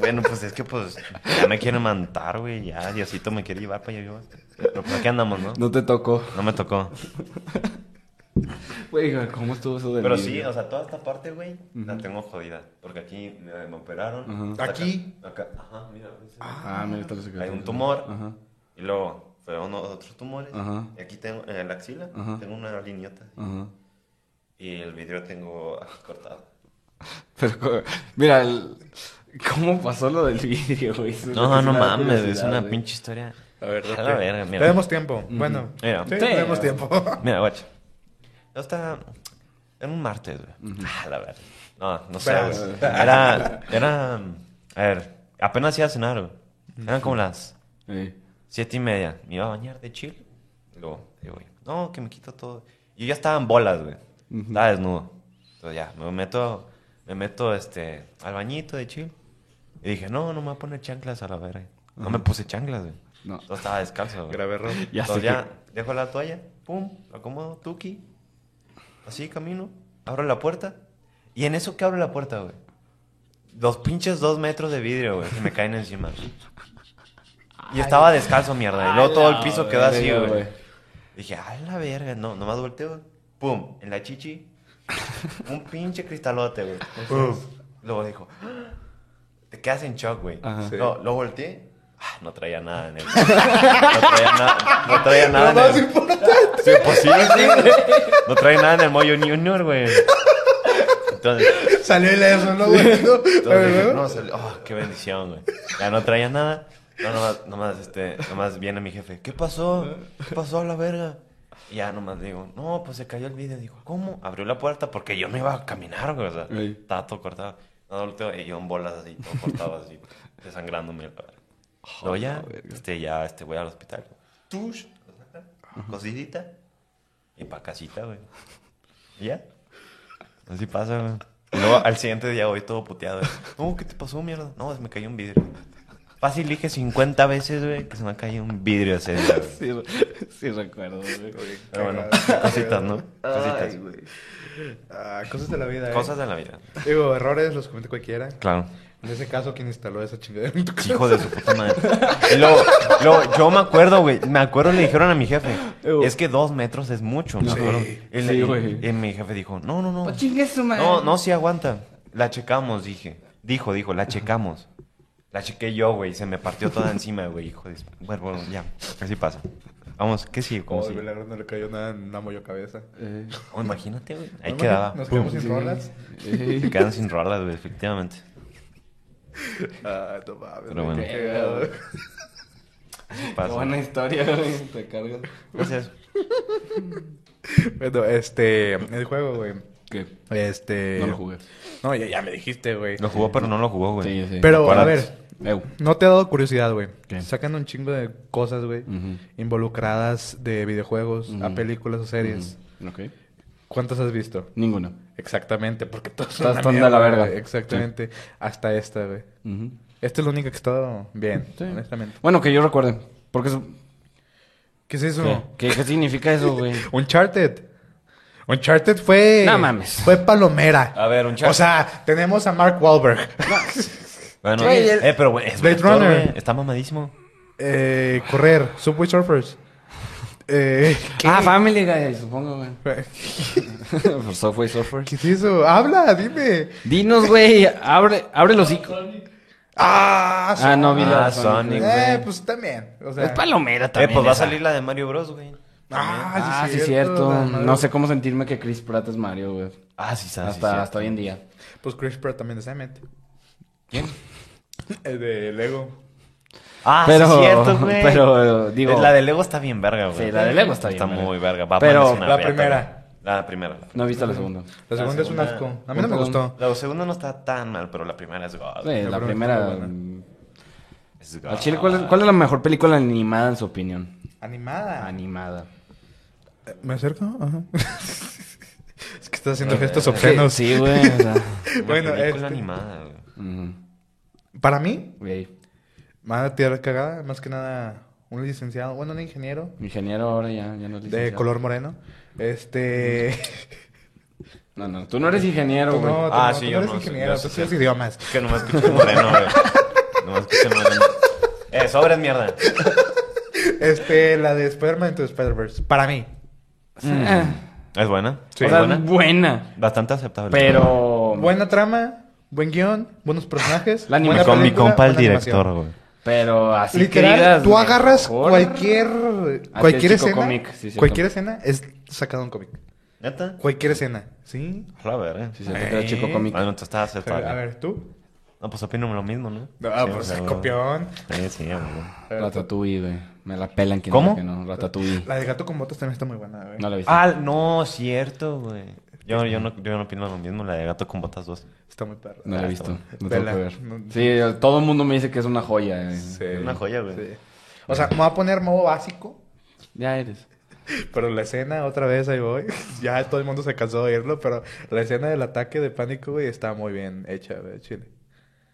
[SPEAKER 1] Bueno, pues es que pues ya me quieren matar, güey. Ya, Diosito me quiere llevar para allá. Pero pues aquí andamos, ¿no?
[SPEAKER 3] No te tocó.
[SPEAKER 1] No me tocó.
[SPEAKER 3] Güey, güey, ¿cómo estuvo eso del
[SPEAKER 1] Pero sí,
[SPEAKER 3] vidrio?
[SPEAKER 1] o sea, toda esta parte, güey, la
[SPEAKER 3] Ujú.
[SPEAKER 1] tengo jodida. Porque aquí me, me operaron.
[SPEAKER 3] Ajá.
[SPEAKER 1] hasta acá-
[SPEAKER 2] ¿Aquí?
[SPEAKER 1] Acá, Ajá, mira. ahí se ve.
[SPEAKER 3] Ah, mira, te lo sacaste.
[SPEAKER 1] Hay un tumor.
[SPEAKER 3] Ajá.
[SPEAKER 1] Y luego fueron otros tumores.
[SPEAKER 3] Ajá.
[SPEAKER 1] Y aquí tengo, en la axila,
[SPEAKER 3] Ajá.
[SPEAKER 1] tengo una lineota.
[SPEAKER 3] Ajá.
[SPEAKER 1] Y el vidrio tengo aquí cortado.
[SPEAKER 3] Pero, co- mira, el- ¿cómo pasó lo del vidrio, güey? Eso
[SPEAKER 1] No,
[SPEAKER 3] es
[SPEAKER 1] no
[SPEAKER 3] una
[SPEAKER 1] mames, es
[SPEAKER 3] curiosidad,
[SPEAKER 1] una
[SPEAKER 3] güey.
[SPEAKER 1] pinche historia.
[SPEAKER 2] A ver,
[SPEAKER 1] A la verga, mira.
[SPEAKER 2] Tenemos tiempo. Bueno,
[SPEAKER 1] Mira.
[SPEAKER 2] sí,
[SPEAKER 3] Sí.
[SPEAKER 2] tenemos tiempo.
[SPEAKER 1] Mira, guacha. Yo estaba en un martes, güey. Ah, la verdad. No, no sé,
[SPEAKER 2] Verás.
[SPEAKER 1] güey. Era, era, a ver, apenas iba a cenar, güey. Eran como las
[SPEAKER 3] Eh,
[SPEAKER 1] siete y media. Me iba a bañar de chill. Y luego, digo, güey, no, que me quito todo. Yo ya estaba en bolas, güey. Estaba desnudo. Entonces ya, me meto, me meto, este, al bañito de chill. Y dije, no, no me voy a poner chanclas a la verga. No me puse chanclas, güey.
[SPEAKER 3] No.
[SPEAKER 1] Entonces estaba descalzo, güey.
[SPEAKER 2] Grave error.
[SPEAKER 3] Ya
[SPEAKER 1] Entonces
[SPEAKER 3] sé
[SPEAKER 1] ya dejo la toalla, pum, lo acomodo, tuki. Así camino, abro la puerta. Y en eso que abro la puerta, güey. Los pinches dos metros de vidrio, güey, que me caen encima. Y estaba descalzo, mierda. Y luego todo el
[SPEAKER 3] Ah,
[SPEAKER 1] piso quedó así,
[SPEAKER 3] verga,
[SPEAKER 1] güey. Dije, a la verga, no, nomás volteo. Pum, en la chichi. Un pinche cristalote, güey. Pum. Luego dijo, "Ah". te quedas en shock, güey.
[SPEAKER 3] Ajá.
[SPEAKER 2] Sí.
[SPEAKER 1] Lo, lo volteé. Ah, no traía nada en el. No traía nada. No traía nada.
[SPEAKER 2] Lo más
[SPEAKER 1] en el... Sí, pues sí, sí, güey. No traía nada en el Moyo Junior, güey. Entonces,
[SPEAKER 2] Salió el eso, ¿no, güey? No,
[SPEAKER 1] entonces
[SPEAKER 2] pero,
[SPEAKER 1] dije,
[SPEAKER 2] ¿no?
[SPEAKER 1] no, salió- oh, qué bendición, güey. Ya no traía nada. No, nomás, nomás, este, nomás viene mi jefe. ¿Qué pasó? ¿Qué pasó a la verga? Y ya nomás digo, no, pues se cayó el video. Digo, ¿cómo? Abrió la puerta porque yo no iba a caminar, güey. O sea,
[SPEAKER 3] Ey.
[SPEAKER 1] estaba todo cortado. No, volteo, y yo en bolas así, todo cortado así, desangrándome. la verga. Luego ya, este, ya, este, voy al hospital. Tush, lo sacan, cosidita. Y pa' casita, güey. ¿Y ya? Así pasa, güey. Y luego al siguiente día voy todo puteado. güey. No, ¿qué te pasó, mierda? No, me cayó un vidrio. Fácil dije 50 veces, güey, que se me ha caído un vidrio así, güey.
[SPEAKER 3] Sí, sí recuerdo, güey.
[SPEAKER 1] Pero bueno,
[SPEAKER 2] Cagado.
[SPEAKER 1] cositas, ¿no? Cositas.
[SPEAKER 3] Ay, güey.
[SPEAKER 2] Ah, cosas de la vida, eh.
[SPEAKER 1] Cosas de la vida.
[SPEAKER 2] Digo, errores los comete cualquiera.
[SPEAKER 1] Claro.
[SPEAKER 2] En ese caso, ¿quién instaló esa chingadera en tu casa?
[SPEAKER 1] Hijo de su puta madre. Y luego- luego, yo me acuerdo, güey. Me acuerdo, le dijeron a mi jefe,
[SPEAKER 3] Ew.
[SPEAKER 1] es que dos metros es mucho. Me
[SPEAKER 3] Sí,
[SPEAKER 1] acuerdo. Y, le-
[SPEAKER 3] sí, güey.
[SPEAKER 1] y mi jefe dijo, no, no, no.
[SPEAKER 3] Pues chingue su madre.
[SPEAKER 1] No, no, sí aguanta. La checamos, dije. Dijo, dijo, la checamos. La chequé yo, güey. Se me partió toda encima, güey. Hijo de... su- Bueno, bueno, ya. Así pasa. Vamos, ¿qué sigue? ¿Cómo
[SPEAKER 2] Oh,
[SPEAKER 1] sigue?
[SPEAKER 2] güey, la verdad no le cayó nada en una mollo cabeza.
[SPEAKER 3] Eh,
[SPEAKER 1] Oh, imagínate, güey. Ahí
[SPEAKER 2] No,
[SPEAKER 1] quedaba.
[SPEAKER 2] Nos quedamos sin
[SPEAKER 3] sí.
[SPEAKER 2] rolas.
[SPEAKER 3] Eh.
[SPEAKER 1] Se quedan sin rolas, güey, efectivamente.
[SPEAKER 2] Ah, no mames.
[SPEAKER 1] Pero
[SPEAKER 2] güey,
[SPEAKER 1] bueno.
[SPEAKER 2] qué cagado.
[SPEAKER 1] Así
[SPEAKER 3] Qué
[SPEAKER 1] pasa.
[SPEAKER 3] buena historia, güey. Te cargas.
[SPEAKER 1] Gracias.
[SPEAKER 2] Bueno, este, el juego, güey.
[SPEAKER 3] ¿Qué? Eh,
[SPEAKER 2] Este.
[SPEAKER 3] No lo jugué.
[SPEAKER 2] No, ya, ya me dijiste, güey.
[SPEAKER 1] Lo jugó, pero no lo jugó, güey.
[SPEAKER 3] Sí, sí.
[SPEAKER 2] Pero, a
[SPEAKER 1] Acuérdate.
[SPEAKER 2] ver,
[SPEAKER 3] Ew.
[SPEAKER 2] no te ha dado curiosidad, güey.
[SPEAKER 3] ¿Qué?
[SPEAKER 2] Sacan un chingo de cosas, güey,
[SPEAKER 3] Ujú.
[SPEAKER 2] involucradas de videojuegos, a
[SPEAKER 3] Ujú.
[SPEAKER 2] películas o series.
[SPEAKER 3] Ujú. Mm, Ok.
[SPEAKER 2] ¿Cuántas has visto?
[SPEAKER 3] Ninguna.
[SPEAKER 2] Exactamente, porque todas
[SPEAKER 3] Todas
[SPEAKER 2] una
[SPEAKER 3] están de
[SPEAKER 2] mierda,
[SPEAKER 3] la verga.
[SPEAKER 2] güey. Exactamente. Hasta esta, güey.
[SPEAKER 3] Ujú.
[SPEAKER 2] Esta es la única que he estado bien,
[SPEAKER 3] Sí.
[SPEAKER 2] honestamente.
[SPEAKER 3] Bueno, que yo recuerde. Porque eso...
[SPEAKER 2] ¿Qué es eso?
[SPEAKER 3] ¿Qué? ¿Qué, qué significa eso, güey?
[SPEAKER 2] Uncharted. Uncharted fue.
[SPEAKER 3] No mames.
[SPEAKER 2] Fue Palomera.
[SPEAKER 1] A ver, Uncharted.
[SPEAKER 2] O sea, tenemos a Mark Wahlberg.
[SPEAKER 1] Bueno,
[SPEAKER 3] Güey, el-
[SPEAKER 1] eh, pero, güey, es
[SPEAKER 2] Blade
[SPEAKER 1] actor,
[SPEAKER 2] Runner.
[SPEAKER 1] güey. Está mamadísimo.
[SPEAKER 2] Eh, correr. Subway Surfers. Eh, ah,
[SPEAKER 3] Ah, Family Guy, supongo, güey. Por Pues, Software Software.
[SPEAKER 2] ¿Qué es eso? Habla, dime.
[SPEAKER 3] Dinos, güey. Abre, abre los hocico.
[SPEAKER 2] Ah,
[SPEAKER 3] Ah, no, vi
[SPEAKER 1] Ah,
[SPEAKER 3] la de
[SPEAKER 1] Sonic,
[SPEAKER 3] Sonic.
[SPEAKER 2] Eh,
[SPEAKER 1] güey.
[SPEAKER 2] pues también. O sea,
[SPEAKER 3] Es palomera
[SPEAKER 1] Eh,
[SPEAKER 3] también.
[SPEAKER 1] pues va a
[SPEAKER 3] esa.
[SPEAKER 1] salir la de Mario Bros, güey.
[SPEAKER 2] Ah,
[SPEAKER 3] Ah, sí, cierto. No sé cómo sentirme que Chris Pratt es Mario, güey.
[SPEAKER 1] Ah, sí, sabes. sí,
[SPEAKER 3] Hasta,
[SPEAKER 1] cierto.
[SPEAKER 3] hasta hoy en día.
[SPEAKER 2] Pues Chris Pratt también es Emmett.
[SPEAKER 1] ¿Quién?
[SPEAKER 2] El de Lego.
[SPEAKER 1] Ah,
[SPEAKER 3] pero,
[SPEAKER 1] sí, cierto, güey.
[SPEAKER 3] Pero, eh, digo.
[SPEAKER 1] la de Lego está bien verga, güey.
[SPEAKER 3] Sí, la de Lego está bien
[SPEAKER 1] Está
[SPEAKER 3] verga.
[SPEAKER 1] muy verga. Batman
[SPEAKER 3] Pero-
[SPEAKER 1] es una
[SPEAKER 2] La
[SPEAKER 1] reata,
[SPEAKER 2] primera.
[SPEAKER 1] güey. La primera.
[SPEAKER 3] No he visto la segunda.
[SPEAKER 1] La
[SPEAKER 2] La segunda es un
[SPEAKER 1] segunda-
[SPEAKER 2] asco. A mí no me
[SPEAKER 3] Punto.
[SPEAKER 2] gustó.
[SPEAKER 1] La segunda no está tan mal, pero la primera es God.
[SPEAKER 3] Sí,
[SPEAKER 2] La
[SPEAKER 3] la
[SPEAKER 2] primera
[SPEAKER 3] primera.
[SPEAKER 2] está
[SPEAKER 3] mm,
[SPEAKER 1] Es God.
[SPEAKER 3] Al chile, ¿cuál es, cuál es la mejor película animada en su opinión?
[SPEAKER 2] Animada.
[SPEAKER 3] Animada.
[SPEAKER 2] ¿Me acerco? Ajá. es que estás haciendo
[SPEAKER 1] Eh,
[SPEAKER 2] gestos
[SPEAKER 1] eh,
[SPEAKER 2] obscenos.
[SPEAKER 3] Sí, güey. o sea,
[SPEAKER 1] Una
[SPEAKER 2] Bueno,
[SPEAKER 1] película
[SPEAKER 2] este-
[SPEAKER 1] animada, güey.
[SPEAKER 3] ujú,
[SPEAKER 2] Para mí,
[SPEAKER 3] güey.
[SPEAKER 2] más tierra cagada, más que nada un licenciado, bueno, un ingeniero
[SPEAKER 3] Ingeniero ahora ya, ya no es
[SPEAKER 2] de
[SPEAKER 3] licenciado.
[SPEAKER 2] color moreno. Este.
[SPEAKER 3] No, no, tú no eres ingeniero,
[SPEAKER 2] Tú
[SPEAKER 3] güey.
[SPEAKER 2] no, tú
[SPEAKER 1] Ah,
[SPEAKER 2] no,
[SPEAKER 1] sí,
[SPEAKER 2] tú
[SPEAKER 1] yo
[SPEAKER 2] no eres
[SPEAKER 1] no,
[SPEAKER 2] ingeniero,
[SPEAKER 1] yo sí
[SPEAKER 2] tú estudias
[SPEAKER 1] sé.
[SPEAKER 2] idiomas.
[SPEAKER 1] Es que no me escuché moreno, güey. No me escuché moreno. Eh, sobres mierda.
[SPEAKER 2] Este, la de Spider-Man into Spider-Verse. Para mí.
[SPEAKER 3] Ah,
[SPEAKER 1] ¿Es buena?
[SPEAKER 2] Sí.
[SPEAKER 3] o
[SPEAKER 1] ¿Es
[SPEAKER 3] sea,
[SPEAKER 1] buena?
[SPEAKER 3] buena.
[SPEAKER 1] Bastante aceptable.
[SPEAKER 3] Pero.
[SPEAKER 2] Buena trama, buen guión, buenos personajes.
[SPEAKER 3] Ah, La
[SPEAKER 1] Mi,
[SPEAKER 2] buena
[SPEAKER 3] animación.
[SPEAKER 1] com- mi
[SPEAKER 2] película,
[SPEAKER 1] compa el
[SPEAKER 2] buena animación.
[SPEAKER 1] director, güey.
[SPEAKER 3] Pero así
[SPEAKER 2] Literal,
[SPEAKER 3] que digas,
[SPEAKER 2] tú agarras
[SPEAKER 3] mejor.
[SPEAKER 2] cualquier
[SPEAKER 3] Ah,
[SPEAKER 2] cualquier
[SPEAKER 3] este chico
[SPEAKER 2] escena,
[SPEAKER 3] cómic, sí, cierto.
[SPEAKER 2] cualquier escena es sacado un cómic.
[SPEAKER 1] ¿Neta?
[SPEAKER 2] Cualquier escena, ¿sí?
[SPEAKER 1] A ver, eh.
[SPEAKER 3] Sí, se trata de chico cómico.
[SPEAKER 1] Bueno, tú estás
[SPEAKER 2] Pero,
[SPEAKER 1] aceptable.
[SPEAKER 2] a ver, tú.
[SPEAKER 1] No, pues opino lo mismo, ¿no?
[SPEAKER 2] Ah,
[SPEAKER 1] Sí, o
[SPEAKER 2] pues
[SPEAKER 1] sea,
[SPEAKER 2] el
[SPEAKER 1] güey.
[SPEAKER 2] copión.
[SPEAKER 1] Sí, sí, güey.
[SPEAKER 2] A ver, tú.
[SPEAKER 3] Ratatouille, güey. Me la pelan quien
[SPEAKER 1] ¿Cómo?
[SPEAKER 3] diga que no. Ratatouille.
[SPEAKER 2] La de gato con botas también está muy buena, güey.
[SPEAKER 3] No la viste.
[SPEAKER 1] Ah, no, cierto, güey. Yo, yo, no, yo no opino lo mismo, la de Gato con Botas 2.
[SPEAKER 2] Está muy perra.
[SPEAKER 3] no la he visto. No tengo
[SPEAKER 2] Vela.
[SPEAKER 3] que ver.
[SPEAKER 2] No-
[SPEAKER 3] Sí, todo el mundo me dice que es una joya. eh.
[SPEAKER 1] Una joya, güey.
[SPEAKER 2] Sí. O sea, me voy a poner modo básico,
[SPEAKER 3] Ya eres.
[SPEAKER 2] pero la escena otra vez ahí voy. ya todo el mundo se cansó de oírlo, pero la escena del ataque de pánico, güey, está muy bien hecha, güey, chile.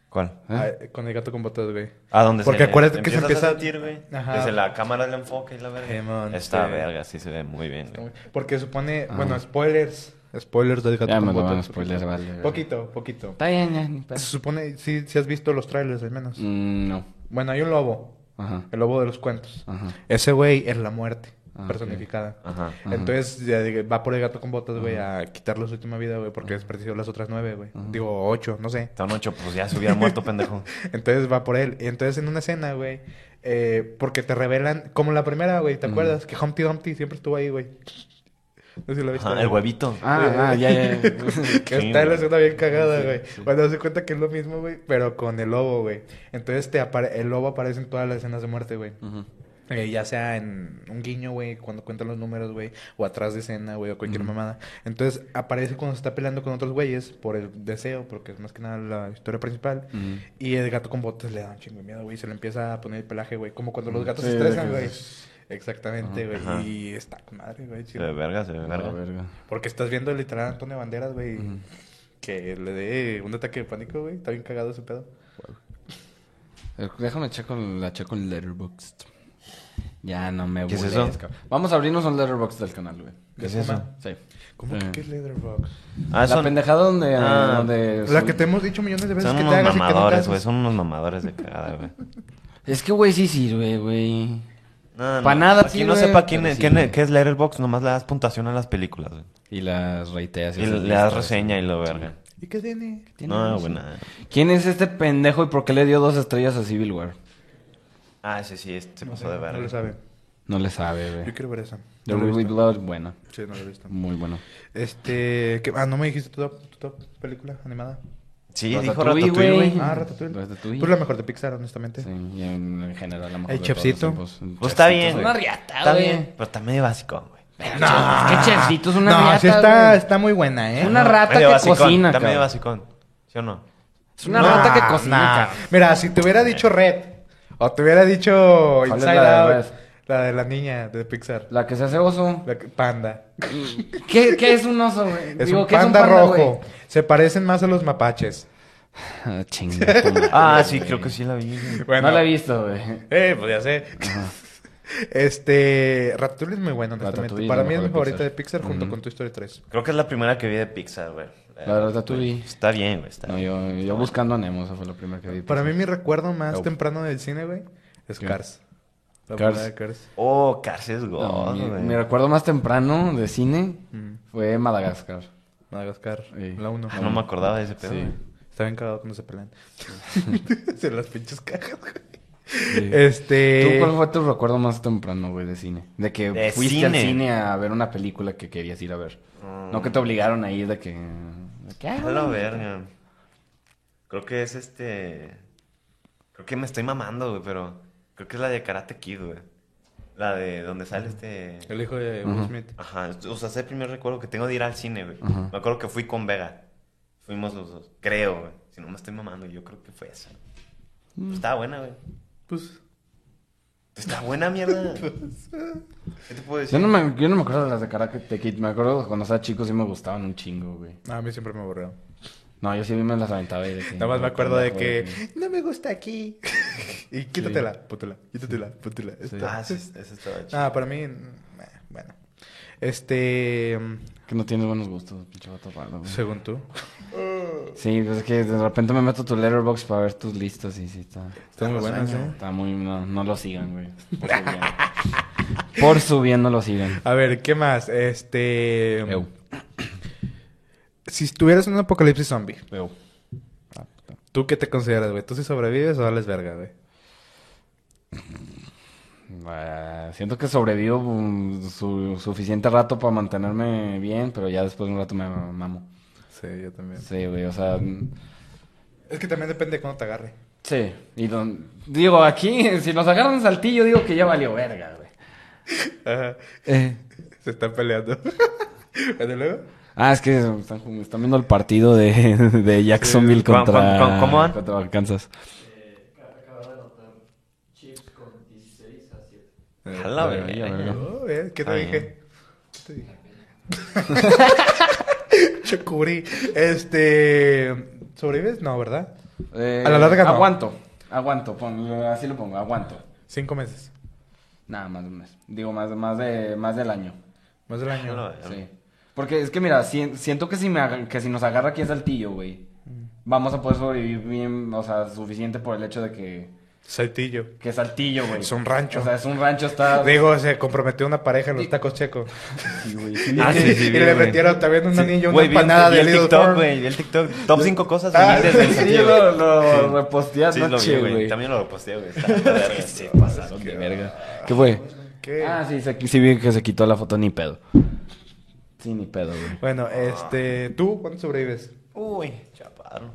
[SPEAKER 1] ¿Cuál?
[SPEAKER 3] ¿Eh?
[SPEAKER 2] Ah, con el gato con botas, güey.
[SPEAKER 1] Ah, donde
[SPEAKER 2] Porque acuérdate que se
[SPEAKER 1] a
[SPEAKER 2] empieza-
[SPEAKER 1] sentir, güey.
[SPEAKER 2] Ajá.
[SPEAKER 1] Desde la cámara le enfoque y la verga.
[SPEAKER 2] Simón,
[SPEAKER 1] Está
[SPEAKER 2] sí.
[SPEAKER 1] verga, sí se ve muy bien, güey.
[SPEAKER 2] Porque supone,
[SPEAKER 3] Ah.
[SPEAKER 2] bueno, spoilers, spoilers del gato
[SPEAKER 3] Ya
[SPEAKER 2] con
[SPEAKER 3] me lo
[SPEAKER 2] botas.
[SPEAKER 3] van a spoiler, vale. vale.
[SPEAKER 2] Poquito, poquito.
[SPEAKER 3] Está bien, ya, ni pedo.
[SPEAKER 2] Se supone, sí, si has visto los trailers al menos.
[SPEAKER 3] Mm, no.
[SPEAKER 2] Bueno, hay un lobo,
[SPEAKER 3] Ajá.
[SPEAKER 2] el lobo de los cuentos.
[SPEAKER 3] Ajá.
[SPEAKER 2] Ese güey es la muerte
[SPEAKER 3] Ah,
[SPEAKER 2] personificada.
[SPEAKER 1] Ajá.
[SPEAKER 3] Ajá.
[SPEAKER 2] Entonces ya de- va por el gato con botas, güey, a quitarle su última vida, güey, porque desperdició las otras nueve, güey. Digo, ocho, no sé.
[SPEAKER 1] Está un ocho, pues ya se hubiera muerto, pendejo.
[SPEAKER 2] Entonces va por él. Y entonces en una escena, güey, eh, porque te revelan, como la primera, güey, ¿te acuerdas? Que Humpty Dumpty siempre estuvo ahí, güey. No sé si lo viste.
[SPEAKER 1] Ajá, el huevito.
[SPEAKER 3] Ah, ah, ya, ya. ya.
[SPEAKER 2] Que
[SPEAKER 1] Sí,
[SPEAKER 2] está en la
[SPEAKER 1] güey.
[SPEAKER 2] escena bien cagada, güey. Cuando se cuenta que es lo mismo, güey, pero con el lobo, güey. Entonces te apare- el lobo aparece en todas las escenas de muerte, güey.
[SPEAKER 3] Ujú.
[SPEAKER 2] Eh, ya sea en un guiño, güey, cuando cuentan los números, güey, o atrás de escena, güey, o cualquier mamada. Entonces aparece cuando se está peleando con otros güeyes por el deseo, porque es más que nada la historia principal.
[SPEAKER 3] Ujú.
[SPEAKER 2] Y el gato con botas le da un chingo de miedo, güey, se le empieza a poner el pelaje, güey, como cuando
[SPEAKER 1] Mm,
[SPEAKER 2] los gatos
[SPEAKER 3] Sí,
[SPEAKER 2] se estresan,
[SPEAKER 3] de que-
[SPEAKER 2] güey. Exactamente, güey.
[SPEAKER 1] Ajá.
[SPEAKER 2] Y está con madre, güey,
[SPEAKER 1] Se
[SPEAKER 2] chido.
[SPEAKER 1] ve verga, se ve
[SPEAKER 3] La
[SPEAKER 1] verga.
[SPEAKER 3] verga.
[SPEAKER 2] Porque estás viendo literal a Antonio Banderas, güey,
[SPEAKER 3] Ujú.
[SPEAKER 2] que le dé un ataque de pánico, güey. Está bien cagado ese pedo.
[SPEAKER 3] Eh, Déjame checo, la checo en Letterboxd. Ya no me
[SPEAKER 1] ¿Qué es
[SPEAKER 3] burles,
[SPEAKER 1] eso?
[SPEAKER 3] cabrón. Vamos a abrirnos un Letterboxd del canal, güey.
[SPEAKER 1] ¿Qué es
[SPEAKER 2] ¿Cómo?
[SPEAKER 1] eso?
[SPEAKER 3] Sí.
[SPEAKER 2] ¿Cómo
[SPEAKER 3] Sí.
[SPEAKER 2] que qué es Letterboxd?
[SPEAKER 1] Ah,
[SPEAKER 3] la
[SPEAKER 1] son,
[SPEAKER 3] pendejada donde...
[SPEAKER 1] Ah.
[SPEAKER 3] donde
[SPEAKER 2] La que te hemos dicho millones de veces
[SPEAKER 1] son
[SPEAKER 2] que
[SPEAKER 1] unos
[SPEAKER 2] te hagas y que no te
[SPEAKER 1] mamadores,
[SPEAKER 2] hagas.
[SPEAKER 1] güey. Son unos mamadores de cagada, güey.
[SPEAKER 3] Es que, güey, sí sirve, güey.
[SPEAKER 1] No, no,
[SPEAKER 3] Pa' nada
[SPEAKER 1] Para quien no
[SPEAKER 3] sirve,
[SPEAKER 1] sepa quién,
[SPEAKER 3] pero
[SPEAKER 1] es- quién es-
[SPEAKER 3] sirve.
[SPEAKER 1] qué es Letterboxd, nomás le das puntuación a las películas, güey.
[SPEAKER 3] Y las reiteas.
[SPEAKER 1] Y
[SPEAKER 3] haces
[SPEAKER 1] le das
[SPEAKER 3] listas,
[SPEAKER 1] reseña y
[SPEAKER 3] sí.
[SPEAKER 1] lo verga.
[SPEAKER 2] ¿Y qué tiene?
[SPEAKER 3] Tiene
[SPEAKER 1] No,
[SPEAKER 3] razón.
[SPEAKER 1] güey, nada.
[SPEAKER 3] ¿Quién es este pendejo y por qué le dio dos estrellas a Civil War?
[SPEAKER 1] Ah, sí, sí, este se
[SPEAKER 2] No
[SPEAKER 1] pasó
[SPEAKER 2] sé,
[SPEAKER 1] de
[SPEAKER 2] No lo
[SPEAKER 1] verga.
[SPEAKER 2] sabe.
[SPEAKER 3] No le sabe, güey.
[SPEAKER 2] Yo quiero ver esa.
[SPEAKER 3] The
[SPEAKER 2] No lo he
[SPEAKER 3] Red With
[SPEAKER 2] visto.
[SPEAKER 3] Blood, bueno.
[SPEAKER 2] Sí, no lo he visto.
[SPEAKER 3] Muy bueno.
[SPEAKER 2] Este... ¿qué- Ah, ¿no me dijiste tu top, tu top película animada?
[SPEAKER 1] Sí, dijo
[SPEAKER 3] Ratatouille,
[SPEAKER 1] Ratatouille, güey.
[SPEAKER 2] Ah, Ratatouille.
[SPEAKER 3] Ratatouille.
[SPEAKER 2] Pues la mejor de Pixar, honestamente.
[SPEAKER 3] Sí, y en, en general la mejor
[SPEAKER 2] El
[SPEAKER 3] de todos los
[SPEAKER 2] chefcito.
[SPEAKER 3] tiempos. El
[SPEAKER 1] Pues está
[SPEAKER 3] chefcito
[SPEAKER 1] bien,
[SPEAKER 3] es
[SPEAKER 1] güey.
[SPEAKER 3] Una riata,
[SPEAKER 1] Está
[SPEAKER 3] Ah, güey.
[SPEAKER 1] bien, pero está medio básico, güey.
[SPEAKER 3] No, es que chefcito es una
[SPEAKER 2] no,
[SPEAKER 3] riata,
[SPEAKER 2] sí está,
[SPEAKER 3] güey.
[SPEAKER 2] está muy buena, ¿eh?
[SPEAKER 3] Es una
[SPEAKER 2] No.
[SPEAKER 3] rata
[SPEAKER 1] Medio
[SPEAKER 3] que
[SPEAKER 1] basicón,
[SPEAKER 3] cocina,
[SPEAKER 1] Está
[SPEAKER 3] cabrón.
[SPEAKER 1] medio basicón, ¿sí o no?
[SPEAKER 3] Es una
[SPEAKER 2] No,
[SPEAKER 3] rata que cocina,
[SPEAKER 2] no.
[SPEAKER 3] cabrón.
[SPEAKER 2] Mira, si te hubiera dicho Red o te hubiera dicho
[SPEAKER 3] es la
[SPEAKER 2] Inside
[SPEAKER 3] de
[SPEAKER 2] Out,
[SPEAKER 3] Red?
[SPEAKER 2] la de la niña de Pixar,
[SPEAKER 3] La que se hace oso.
[SPEAKER 2] la que- panda.
[SPEAKER 3] ¿Qué, qué es un oso, güey?
[SPEAKER 2] Es
[SPEAKER 3] Digo,
[SPEAKER 2] un
[SPEAKER 3] ¿qué
[SPEAKER 2] panda
[SPEAKER 3] güey?
[SPEAKER 2] rojo. Se parecen más a los mapaches.
[SPEAKER 3] Ah, chinga, tu madre,
[SPEAKER 1] Ah, sí,
[SPEAKER 3] güey.
[SPEAKER 1] creo que sí la vi. güey.
[SPEAKER 2] Bueno,
[SPEAKER 3] No la he visto, güey.
[SPEAKER 2] Eh, pues ya sé. este, Ratatouille es muy bueno, honestamente.
[SPEAKER 3] Ratatouille
[SPEAKER 2] Para
[SPEAKER 3] es la
[SPEAKER 2] mí es mi
[SPEAKER 3] mejor de
[SPEAKER 2] favorita de Pixar junto
[SPEAKER 3] Ujú.
[SPEAKER 2] con tu historia 3.
[SPEAKER 1] Creo que es la primera que vi de Pixar, güey. Eh,
[SPEAKER 3] La Ratatouille.
[SPEAKER 1] Está bien, güey, está
[SPEAKER 3] No,
[SPEAKER 1] bien.
[SPEAKER 3] yo, yo buscando a Nemo, esa fue la primera que vi. pues,
[SPEAKER 2] Para mí mi recuerdo más
[SPEAKER 3] Nope.
[SPEAKER 2] temprano del cine, güey, es
[SPEAKER 3] ¿Qué?
[SPEAKER 2] Cars. La
[SPEAKER 3] Cars.
[SPEAKER 2] primera de Cars.
[SPEAKER 1] Oh, Cars es
[SPEAKER 3] No,
[SPEAKER 1] God,
[SPEAKER 3] mi,
[SPEAKER 1] güey.
[SPEAKER 3] mi recuerdo más temprano de cine
[SPEAKER 2] Mm,
[SPEAKER 3] fue Madagascar.
[SPEAKER 2] Madagascar,
[SPEAKER 3] Sí.
[SPEAKER 2] la 1.
[SPEAKER 1] Ah, no me acordaba de ese pedo,
[SPEAKER 3] Sí.
[SPEAKER 1] güey.
[SPEAKER 2] Está bien cagado cuando se pelean. se las pinches cajas, güey.
[SPEAKER 3] Sí. ¿Tú
[SPEAKER 2] Este.
[SPEAKER 3] cuál fue tu recuerdo más temprano, güey, de cine? De que
[SPEAKER 1] De
[SPEAKER 3] fuiste al
[SPEAKER 1] cine.
[SPEAKER 3] cine a ver una película que querías ir a ver. No que te obligaron a ir de que... de que, "Ay,
[SPEAKER 1] Mm, A la
[SPEAKER 3] güey".
[SPEAKER 1] verga. Creo que es este. Creo que me estoy mamando, güey, pero. Creo que es la de Karate Kid, güey. La de donde sale este.
[SPEAKER 2] El hijo de Will
[SPEAKER 3] Ujú.
[SPEAKER 2] Smith.
[SPEAKER 1] Ajá, o sea, es el primer recuerdo que tengo de ir al cine, güey.
[SPEAKER 3] Ajá.
[SPEAKER 1] Me acuerdo que fui con Vega. Fuimos los dos. Creo, güey. Si no me estoy mamando, yo creo que fue esa. Pues
[SPEAKER 3] "Ah,
[SPEAKER 1] estaba buena, güey.
[SPEAKER 2] Pues.
[SPEAKER 1] Pues está buena, mierda. ¿Qué te puedo decir?
[SPEAKER 3] Yo no, me, yo no me acuerdo de las de Karate Kid. Me acuerdo cuando estaba chico sí me gustaban un chingo, güey.
[SPEAKER 2] A mí siempre me aburrió.
[SPEAKER 3] No, yo sí me las aventaba y de que...
[SPEAKER 2] Nada más me
[SPEAKER 3] no,
[SPEAKER 2] acuerdo de
[SPEAKER 3] pendejo,
[SPEAKER 2] que. No me gusta aquí. y quítatela, póntela. Quítatela, póntela. Está-
[SPEAKER 1] Ah, sí, esa estaba chida.
[SPEAKER 2] Ah, para mí. mm, eh, Bueno. Este. mm,
[SPEAKER 3] Que no tienes buenos gustos, pinche vato raro, güey.
[SPEAKER 2] Según tú.
[SPEAKER 3] Sí, pues es que de repente me meto a tu letterbox para ver tus listas y sí, está...
[SPEAKER 2] Está muy buena,
[SPEAKER 3] Sueño.
[SPEAKER 2] ¿eh?
[SPEAKER 3] Está muy... No, no lo sigan, güey. Por su bien. Por su bien no lo sigan.
[SPEAKER 2] A ver, ¿qué más? Este.
[SPEAKER 3] Eu.
[SPEAKER 2] Si estuvieras en un apocalipsis zombie,
[SPEAKER 3] Eu.
[SPEAKER 2] ¿tú qué te consideras, güey? ¿Tú si sobrevives o vales verga, güey?
[SPEAKER 3] Ah, siento que sobrevivo mm, su- suficiente rato para mantenerme bien, pero ya después de un rato me mamo.
[SPEAKER 2] Sí, yo también.
[SPEAKER 3] Sí, güey, o sea... mm,
[SPEAKER 2] Es que también depende de cuándo te agarre.
[SPEAKER 3] Sí, y don- digo, aquí, si nos agarran en saltillo, digo que ya valió verga, güey.
[SPEAKER 2] Ajá. Se están peleando. ¿Pero luego?
[SPEAKER 3] Ah, es que están, jug- están viendo el partido de, de Jacksonville
[SPEAKER 1] ¿Cu- cu-
[SPEAKER 3] contra...
[SPEAKER 1] cu- cómo van?
[SPEAKER 3] Contra Kansas.
[SPEAKER 1] A la verga.
[SPEAKER 3] Ya, verga.
[SPEAKER 2] Oh, eh, ¿Qué te
[SPEAKER 1] Ah,
[SPEAKER 2] dije? ¿Qué te dije? Chocuri. Este. ¿Sobrevives? No, ¿verdad?
[SPEAKER 3] Eh,
[SPEAKER 2] A la larga no.
[SPEAKER 3] Aguanto, aguanto, pon- así lo pongo, aguanto.
[SPEAKER 2] Cinco meses.
[SPEAKER 3] Nada, más de un mes. Digo, más, más, de, más del año.
[SPEAKER 2] Más del
[SPEAKER 1] A la
[SPEAKER 2] año.
[SPEAKER 1] verga.
[SPEAKER 3] Sí. Porque es que, mira, si- siento que si, me aga- que si nos agarra aquí en Saltillo, güey, vamos a poder sobrevivir bien, o sea, suficiente por el hecho de que,
[SPEAKER 2] Saltillo.
[SPEAKER 3] que es Saltillo, güey.
[SPEAKER 2] Es un rancho.
[SPEAKER 3] O sea, es un rancho, está...
[SPEAKER 2] Digo, se comprometió una pareja en los tacos checos.
[SPEAKER 3] Sí, güey,
[SPEAKER 1] Ah,
[SPEAKER 2] y
[SPEAKER 1] sí, sí,
[SPEAKER 2] y
[SPEAKER 1] vi,
[SPEAKER 2] le
[SPEAKER 1] güey.
[SPEAKER 2] metieron también un anillo, una
[SPEAKER 1] Güey, vi el-
[SPEAKER 2] empanada
[SPEAKER 1] vi
[SPEAKER 2] de
[SPEAKER 1] el
[SPEAKER 2] Little
[SPEAKER 1] TikTok,
[SPEAKER 2] Thorn.
[SPEAKER 1] güey. Vi el Tiktok. Top 5 cosas
[SPEAKER 2] Ah,
[SPEAKER 1] felices del
[SPEAKER 3] Sí,
[SPEAKER 1] Saltillo.
[SPEAKER 3] yo lo, lo reposteé
[SPEAKER 1] Sí, lo vi,
[SPEAKER 3] anoche,
[SPEAKER 1] güey.
[SPEAKER 3] güey.
[SPEAKER 1] También lo reposteé, güey. Está de verga.
[SPEAKER 3] Se pasaron de verga. ¿Qué fue?
[SPEAKER 2] ¿Qué?
[SPEAKER 3] Ah, sí, se- sí vi que se quitó la foto, ni pedo. Sí, ni pedo, güey.
[SPEAKER 2] Bueno, este. ¿Tú cuándo sobrevives?
[SPEAKER 1] Uy, chaparro.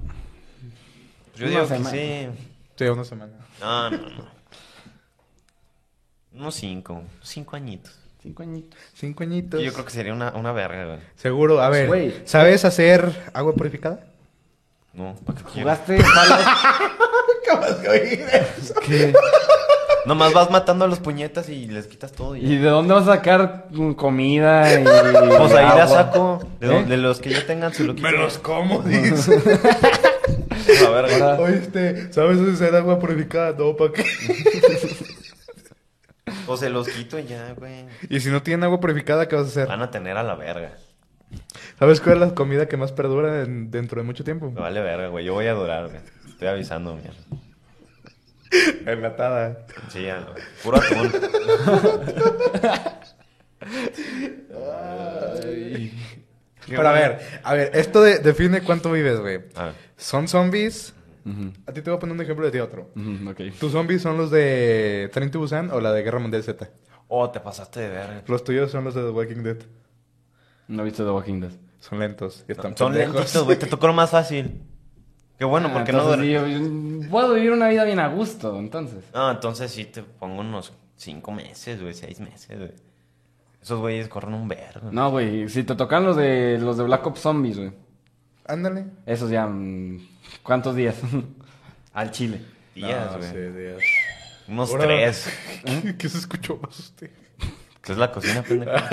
[SPEAKER 1] Pues Yo
[SPEAKER 3] Una
[SPEAKER 1] digo que
[SPEAKER 3] semana.
[SPEAKER 1] sí.
[SPEAKER 2] Sí, una semana.
[SPEAKER 1] No, no, no. Unos cinco. Cinco añitos.
[SPEAKER 3] Cinco añitos.
[SPEAKER 2] Cinco añitos.
[SPEAKER 1] Que Yo creo que sería una, una verga, güey.
[SPEAKER 2] Seguro. A ver,
[SPEAKER 3] Güey.
[SPEAKER 2] ¿sabes hacer agua purificada?
[SPEAKER 1] No, ¿para qué quiero?
[SPEAKER 3] ¿Jugaste Fallout?
[SPEAKER 2] Acabas de oír
[SPEAKER 3] ¿Qué?
[SPEAKER 1] Nomás vas matando a los puñetas y les quitas todo. Y...
[SPEAKER 3] ¿Y
[SPEAKER 1] ya.
[SPEAKER 3] de dónde vas a sacar mm, comida y
[SPEAKER 1] Pues ahí la
[SPEAKER 3] agua?
[SPEAKER 1] saco. De,
[SPEAKER 3] ¿Eh?
[SPEAKER 1] de los que ya tengan su loquito.
[SPEAKER 2] como, dice.
[SPEAKER 1] la verga.
[SPEAKER 3] Ahora-
[SPEAKER 2] Oíste, este, ¿sabes usar agua purificada? No, ¿para qué?
[SPEAKER 1] O se los quito ya, güey.
[SPEAKER 2] Y si no tienen agua purificada, ¿qué vas a hacer?
[SPEAKER 1] Van a tener a la verga.
[SPEAKER 2] ¿Sabes cuál es la comida que más perdura en- dentro de mucho tiempo?
[SPEAKER 1] Me vale verga, güey. Yo voy a durar, güey. Estoy avisando, mierda.
[SPEAKER 2] Enlatada.
[SPEAKER 1] Sí, ya, güey. Puro atún.
[SPEAKER 2] Pero a ver, a ver, esto de- define cuánto vives, güey.
[SPEAKER 1] A ver.
[SPEAKER 2] Son zombies.
[SPEAKER 3] Ujú,
[SPEAKER 2] A ti te voy a poner un ejemplo de ti otro.
[SPEAKER 3] ujú, ok.
[SPEAKER 2] ¿Tus zombies son los de Tren to Busan o la de Guerra Mundial Z?
[SPEAKER 1] Oh, te pasaste de verga.
[SPEAKER 2] Los tuyos son los de The Walking Dead.
[SPEAKER 3] No he visto The Walking Dead.
[SPEAKER 2] Son lentos y están
[SPEAKER 1] Son
[SPEAKER 2] pendejos.
[SPEAKER 1] lentitos, güey. Te tocó lo más fácil. Qué bueno,
[SPEAKER 3] Ah,
[SPEAKER 1] porque no
[SPEAKER 3] entonces
[SPEAKER 1] duele.
[SPEAKER 3] sí, yo- puedo vivir una vida bien a gusto, entonces.
[SPEAKER 1] Ah, entonces sí te pongo unos cinco meses, güey. Seis meses, güey. Esos güeyes corren un vergo.
[SPEAKER 3] No, güey, si te tocan los de los de Black Ops Zombies, güey.
[SPEAKER 2] Ándale.
[SPEAKER 3] Esos ya mm, ¿cuántos días? Al Chile.
[SPEAKER 1] Días,
[SPEAKER 2] No,
[SPEAKER 1] güey.
[SPEAKER 2] sí, días.
[SPEAKER 1] Unos
[SPEAKER 2] Ahora-
[SPEAKER 1] tres.
[SPEAKER 2] ¿Qué, qué se escuchó más usted?
[SPEAKER 1] ¿Qué es la cocina, pendejo?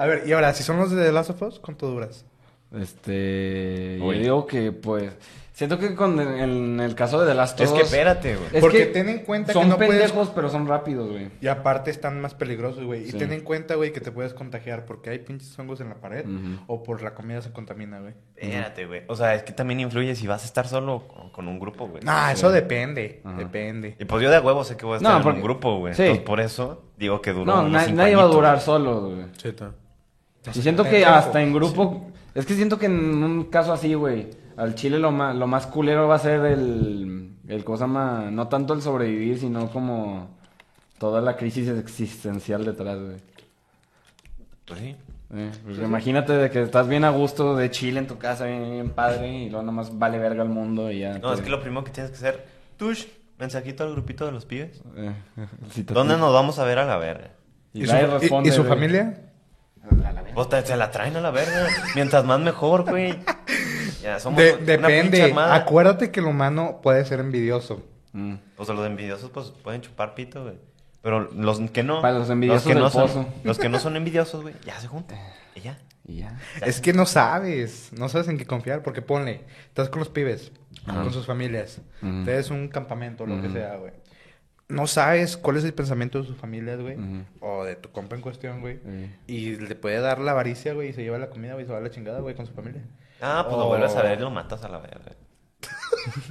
[SPEAKER 2] A ver, y ahora, si son los de The Last of Us, ¿cuánto duras?
[SPEAKER 3] Este, yo
[SPEAKER 1] Oye.
[SPEAKER 3] digo que pues siento que con en el caso de The Last of
[SPEAKER 1] Es que
[SPEAKER 3] Us,
[SPEAKER 1] espérate, güey.
[SPEAKER 3] es
[SPEAKER 2] Porque
[SPEAKER 3] que
[SPEAKER 2] ten en cuenta que
[SPEAKER 3] son
[SPEAKER 2] no
[SPEAKER 3] pendejos,
[SPEAKER 2] puedes...
[SPEAKER 3] pero son rápidos, güey.
[SPEAKER 2] Y aparte están más peligrosos, güey. Y
[SPEAKER 3] Sí.
[SPEAKER 2] ten en cuenta, güey, que te puedes contagiar porque hay pinches hongos en la pared
[SPEAKER 3] Ujú.
[SPEAKER 2] o por la comida se contamina, güey.
[SPEAKER 1] Espérate, güey. O sea, es que también influye si vas a estar solo o con- con un grupo, güey.
[SPEAKER 2] Nah, eso depende.
[SPEAKER 3] Ajá.
[SPEAKER 2] Depende.
[SPEAKER 1] Y pues yo de huevo sé que voy a estar
[SPEAKER 3] No,
[SPEAKER 1] en
[SPEAKER 3] porque-
[SPEAKER 1] un grupo, güey.
[SPEAKER 3] sí.
[SPEAKER 1] Entonces, por eso digo que duró
[SPEAKER 3] No,
[SPEAKER 1] unos
[SPEAKER 3] na-
[SPEAKER 1] cinco
[SPEAKER 3] nadie va a
[SPEAKER 1] añitos,
[SPEAKER 3] durar
[SPEAKER 1] güey.
[SPEAKER 3] solo, güey.
[SPEAKER 2] Cheta.
[SPEAKER 3] Y siento que hasta en grupo. Es que siento que en un caso así, güey. Al chile lo más, lo más culero va a ser el. El cosa más. No tanto el sobrevivir, sino como. Toda la crisis existencial detrás, güey.
[SPEAKER 1] Pues sí.
[SPEAKER 3] Eh, pues imagínate de que estás bien a gusto de chile en tu casa, bien, bien padre, y luego nomás vale verga el mundo y ya.
[SPEAKER 1] No, es
[SPEAKER 3] te-
[SPEAKER 1] que lo primero que tienes que hacer, tush, mensajito al grupito de los pibes.
[SPEAKER 3] Eh, sí, te-
[SPEAKER 1] ¿Dónde nos vamos a ver a la verga?
[SPEAKER 3] Y, nadie responde,
[SPEAKER 2] y su
[SPEAKER 3] güey.
[SPEAKER 2] familia?
[SPEAKER 3] A la verga.
[SPEAKER 1] Vos te, te la traen a la verga. Mientras más mejor, güey. Ya somos
[SPEAKER 2] De-
[SPEAKER 1] una pinche
[SPEAKER 2] depende.
[SPEAKER 1] armada.
[SPEAKER 2] Acuérdate que el humano puede ser envidioso.
[SPEAKER 3] Mm.
[SPEAKER 1] O sea, los envidiosos pues pueden chupar pito, güey. Pero los que no.
[SPEAKER 3] Para los envidiosos
[SPEAKER 1] que
[SPEAKER 3] del
[SPEAKER 1] no son,
[SPEAKER 3] pozo.
[SPEAKER 1] Los que no son envidiosos, güey, ya se juntan. Y ya.
[SPEAKER 3] Y ya.
[SPEAKER 2] Es que no sabes, no sabes en qué confiar, porque ponle, estás con los pibes,
[SPEAKER 3] Ajá.
[SPEAKER 2] con sus familias,
[SPEAKER 3] Ujú.
[SPEAKER 2] ustedes un campamento, lo que
[SPEAKER 3] Ujú.
[SPEAKER 2] sea, güey. No sabes cuál es el pensamiento de sus familias, güey,
[SPEAKER 3] Ujú.
[SPEAKER 2] o de tu compa en cuestión, güey.
[SPEAKER 3] Eh.
[SPEAKER 2] Y le puede dar la avaricia, güey, y se lleva la comida, güey, y se va a la chingada, güey, con su familia.
[SPEAKER 1] Ah, pues lo
[SPEAKER 2] Oh.
[SPEAKER 1] vuelves a ver y lo matas a la verga.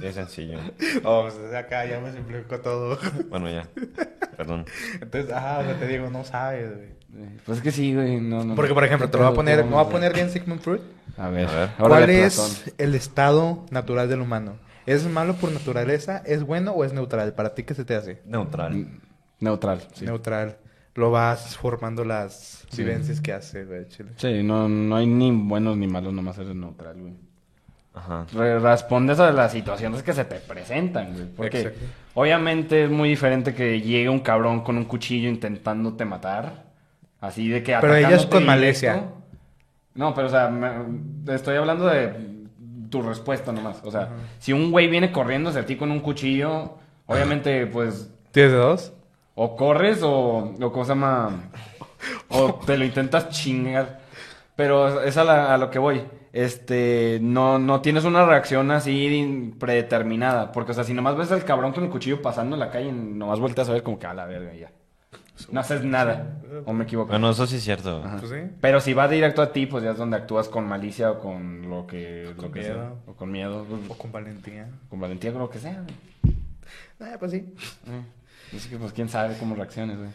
[SPEAKER 1] es sencillo.
[SPEAKER 2] Oh, pues desde acá ya me simplificó todo.
[SPEAKER 1] Bueno, ya. Perdón.
[SPEAKER 2] Entonces, ajá, o sea, te digo, no sabes, güey.
[SPEAKER 3] Eh, Pues es que sí, güey. No, no,
[SPEAKER 2] Porque, por ejemplo, te lo voy a poner, me voy a poner bien Sigmund Freud.
[SPEAKER 3] A ver,
[SPEAKER 1] A ver.
[SPEAKER 3] órale,
[SPEAKER 2] ¿Cuál es
[SPEAKER 3] Platón.
[SPEAKER 2] el estado natural del humano? ¿Es malo por naturaleza? ¿Es bueno o es neutral? ¿Para ti qué se te hace?
[SPEAKER 1] Neutral.
[SPEAKER 3] Mm, Neutral, sí.
[SPEAKER 2] Neutral. Lo vas formando las vivencias que hace, güey, chile.
[SPEAKER 3] Sí, no, no hay ni buenos ni malos, nomás eres neutral, güey.
[SPEAKER 1] Ajá.
[SPEAKER 3] Re- Respondes a las situaciones que se te presentan, güey. Porque
[SPEAKER 2] Exacto.
[SPEAKER 3] obviamente es muy diferente que llegue un cabrón con un cuchillo intentándote matar. Así de que
[SPEAKER 2] Pero ella es
[SPEAKER 3] atacándote
[SPEAKER 2] con
[SPEAKER 3] directo.
[SPEAKER 2] malicia.
[SPEAKER 3] No, pero o sea, me- estoy hablando de tu respuesta nomás. O sea, si un güey viene corriendo hacia ti con un cuchillo, obviamente pues
[SPEAKER 2] ¿Tienes dos?
[SPEAKER 3] O corres o, o cosa más. O te lo intentas chingar. Pero es a, la- a lo que voy. Este, no, no tienes una reacción así de- predeterminada. Porque, o sea, si nomás ves al cabrón con el cuchillo pasando en la calle, nomás volteas a ver como que a la verga y ya. No haces nada. O me equivoco.
[SPEAKER 1] Bueno, eso sí es cierto. güey.
[SPEAKER 2] Pues sí.
[SPEAKER 3] Pero si va directo a ti, pues ya es donde actúas con malicia o con lo que,
[SPEAKER 2] Con
[SPEAKER 3] lo que
[SPEAKER 2] miedo.
[SPEAKER 3] sea. O con miedo.
[SPEAKER 2] O con valentía.
[SPEAKER 3] Con valentía, con lo que sea.
[SPEAKER 2] Ah, pues sí.
[SPEAKER 3] Eh, Es que, pues, quién sabe cómo reacciones, güey.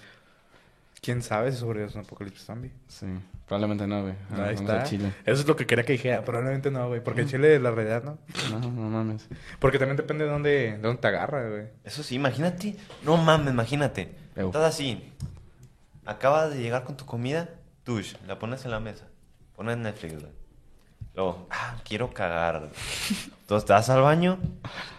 [SPEAKER 2] ¿Quién sabe si sobrevives a un apocalipsis zombie?
[SPEAKER 3] Sí, probablemente no, güey. Ah,
[SPEAKER 2] Ahí
[SPEAKER 3] vamos
[SPEAKER 2] está.
[SPEAKER 3] a Chile.
[SPEAKER 2] Eso es lo que quería que dijera. Probablemente no, güey. Porque en Chile la realidad, ¿no?
[SPEAKER 3] No, no mames.
[SPEAKER 2] Porque también depende de dónde, de dónde te agarra, güey.
[SPEAKER 1] Eso sí, imagínate. No mames, imagínate.
[SPEAKER 3] Ew.
[SPEAKER 1] Estás así. Acabas de llegar con tu comida. Tush, la pones en la mesa. Pones Netflix, güey. Luego, ah, quiero cagar. güey. Entonces te vas al baño.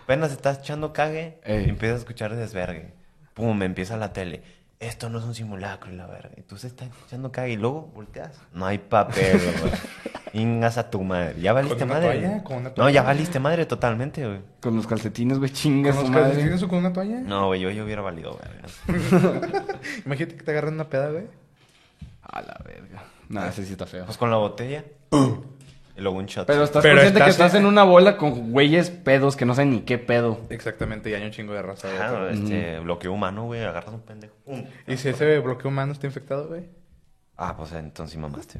[SPEAKER 1] Apenas estás echando cague.
[SPEAKER 3] Ey.
[SPEAKER 1] y Empiezas a escuchar desvergue. Pum, empieza la tele. Esto no es un simulacro, y la verga. Y tú se estás echando cague y luego volteas. No hay papel, güey. Ingas a tu madre. Ya valiste
[SPEAKER 2] una
[SPEAKER 1] madre.
[SPEAKER 2] toalla?
[SPEAKER 1] güey.
[SPEAKER 2] ¿Con una
[SPEAKER 1] no,
[SPEAKER 2] toalla?
[SPEAKER 1] ya valiste madre totalmente, güey.
[SPEAKER 3] Con los calcetines, güey, chinga
[SPEAKER 2] ¿Con
[SPEAKER 3] su
[SPEAKER 2] los
[SPEAKER 3] madre.
[SPEAKER 2] calcetines o con una toalla?
[SPEAKER 1] No, güey, yo, yo hubiera valido, verga.
[SPEAKER 2] Imagínate que te agarran una peda, güey.
[SPEAKER 3] A la verga. No, ese sí está feo.
[SPEAKER 1] Pues con la botella. Y luego un shot.
[SPEAKER 3] Mm. Pero estás
[SPEAKER 2] Pero
[SPEAKER 3] consciente
[SPEAKER 2] estás
[SPEAKER 3] que estás
[SPEAKER 2] en-
[SPEAKER 3] en una bola con güeyes pedos que no saben ni qué pedo.
[SPEAKER 2] Exactamente, y hay un chingo de raza. güey.
[SPEAKER 1] Ajá, este,
[SPEAKER 3] Mm.
[SPEAKER 1] bloqueo humano, güey. Agarras un pendejo. ¡pum!
[SPEAKER 2] ¿Y si ese bloqueo humano está infectado, güey?
[SPEAKER 1] Ah, pues entonces sí mamaste.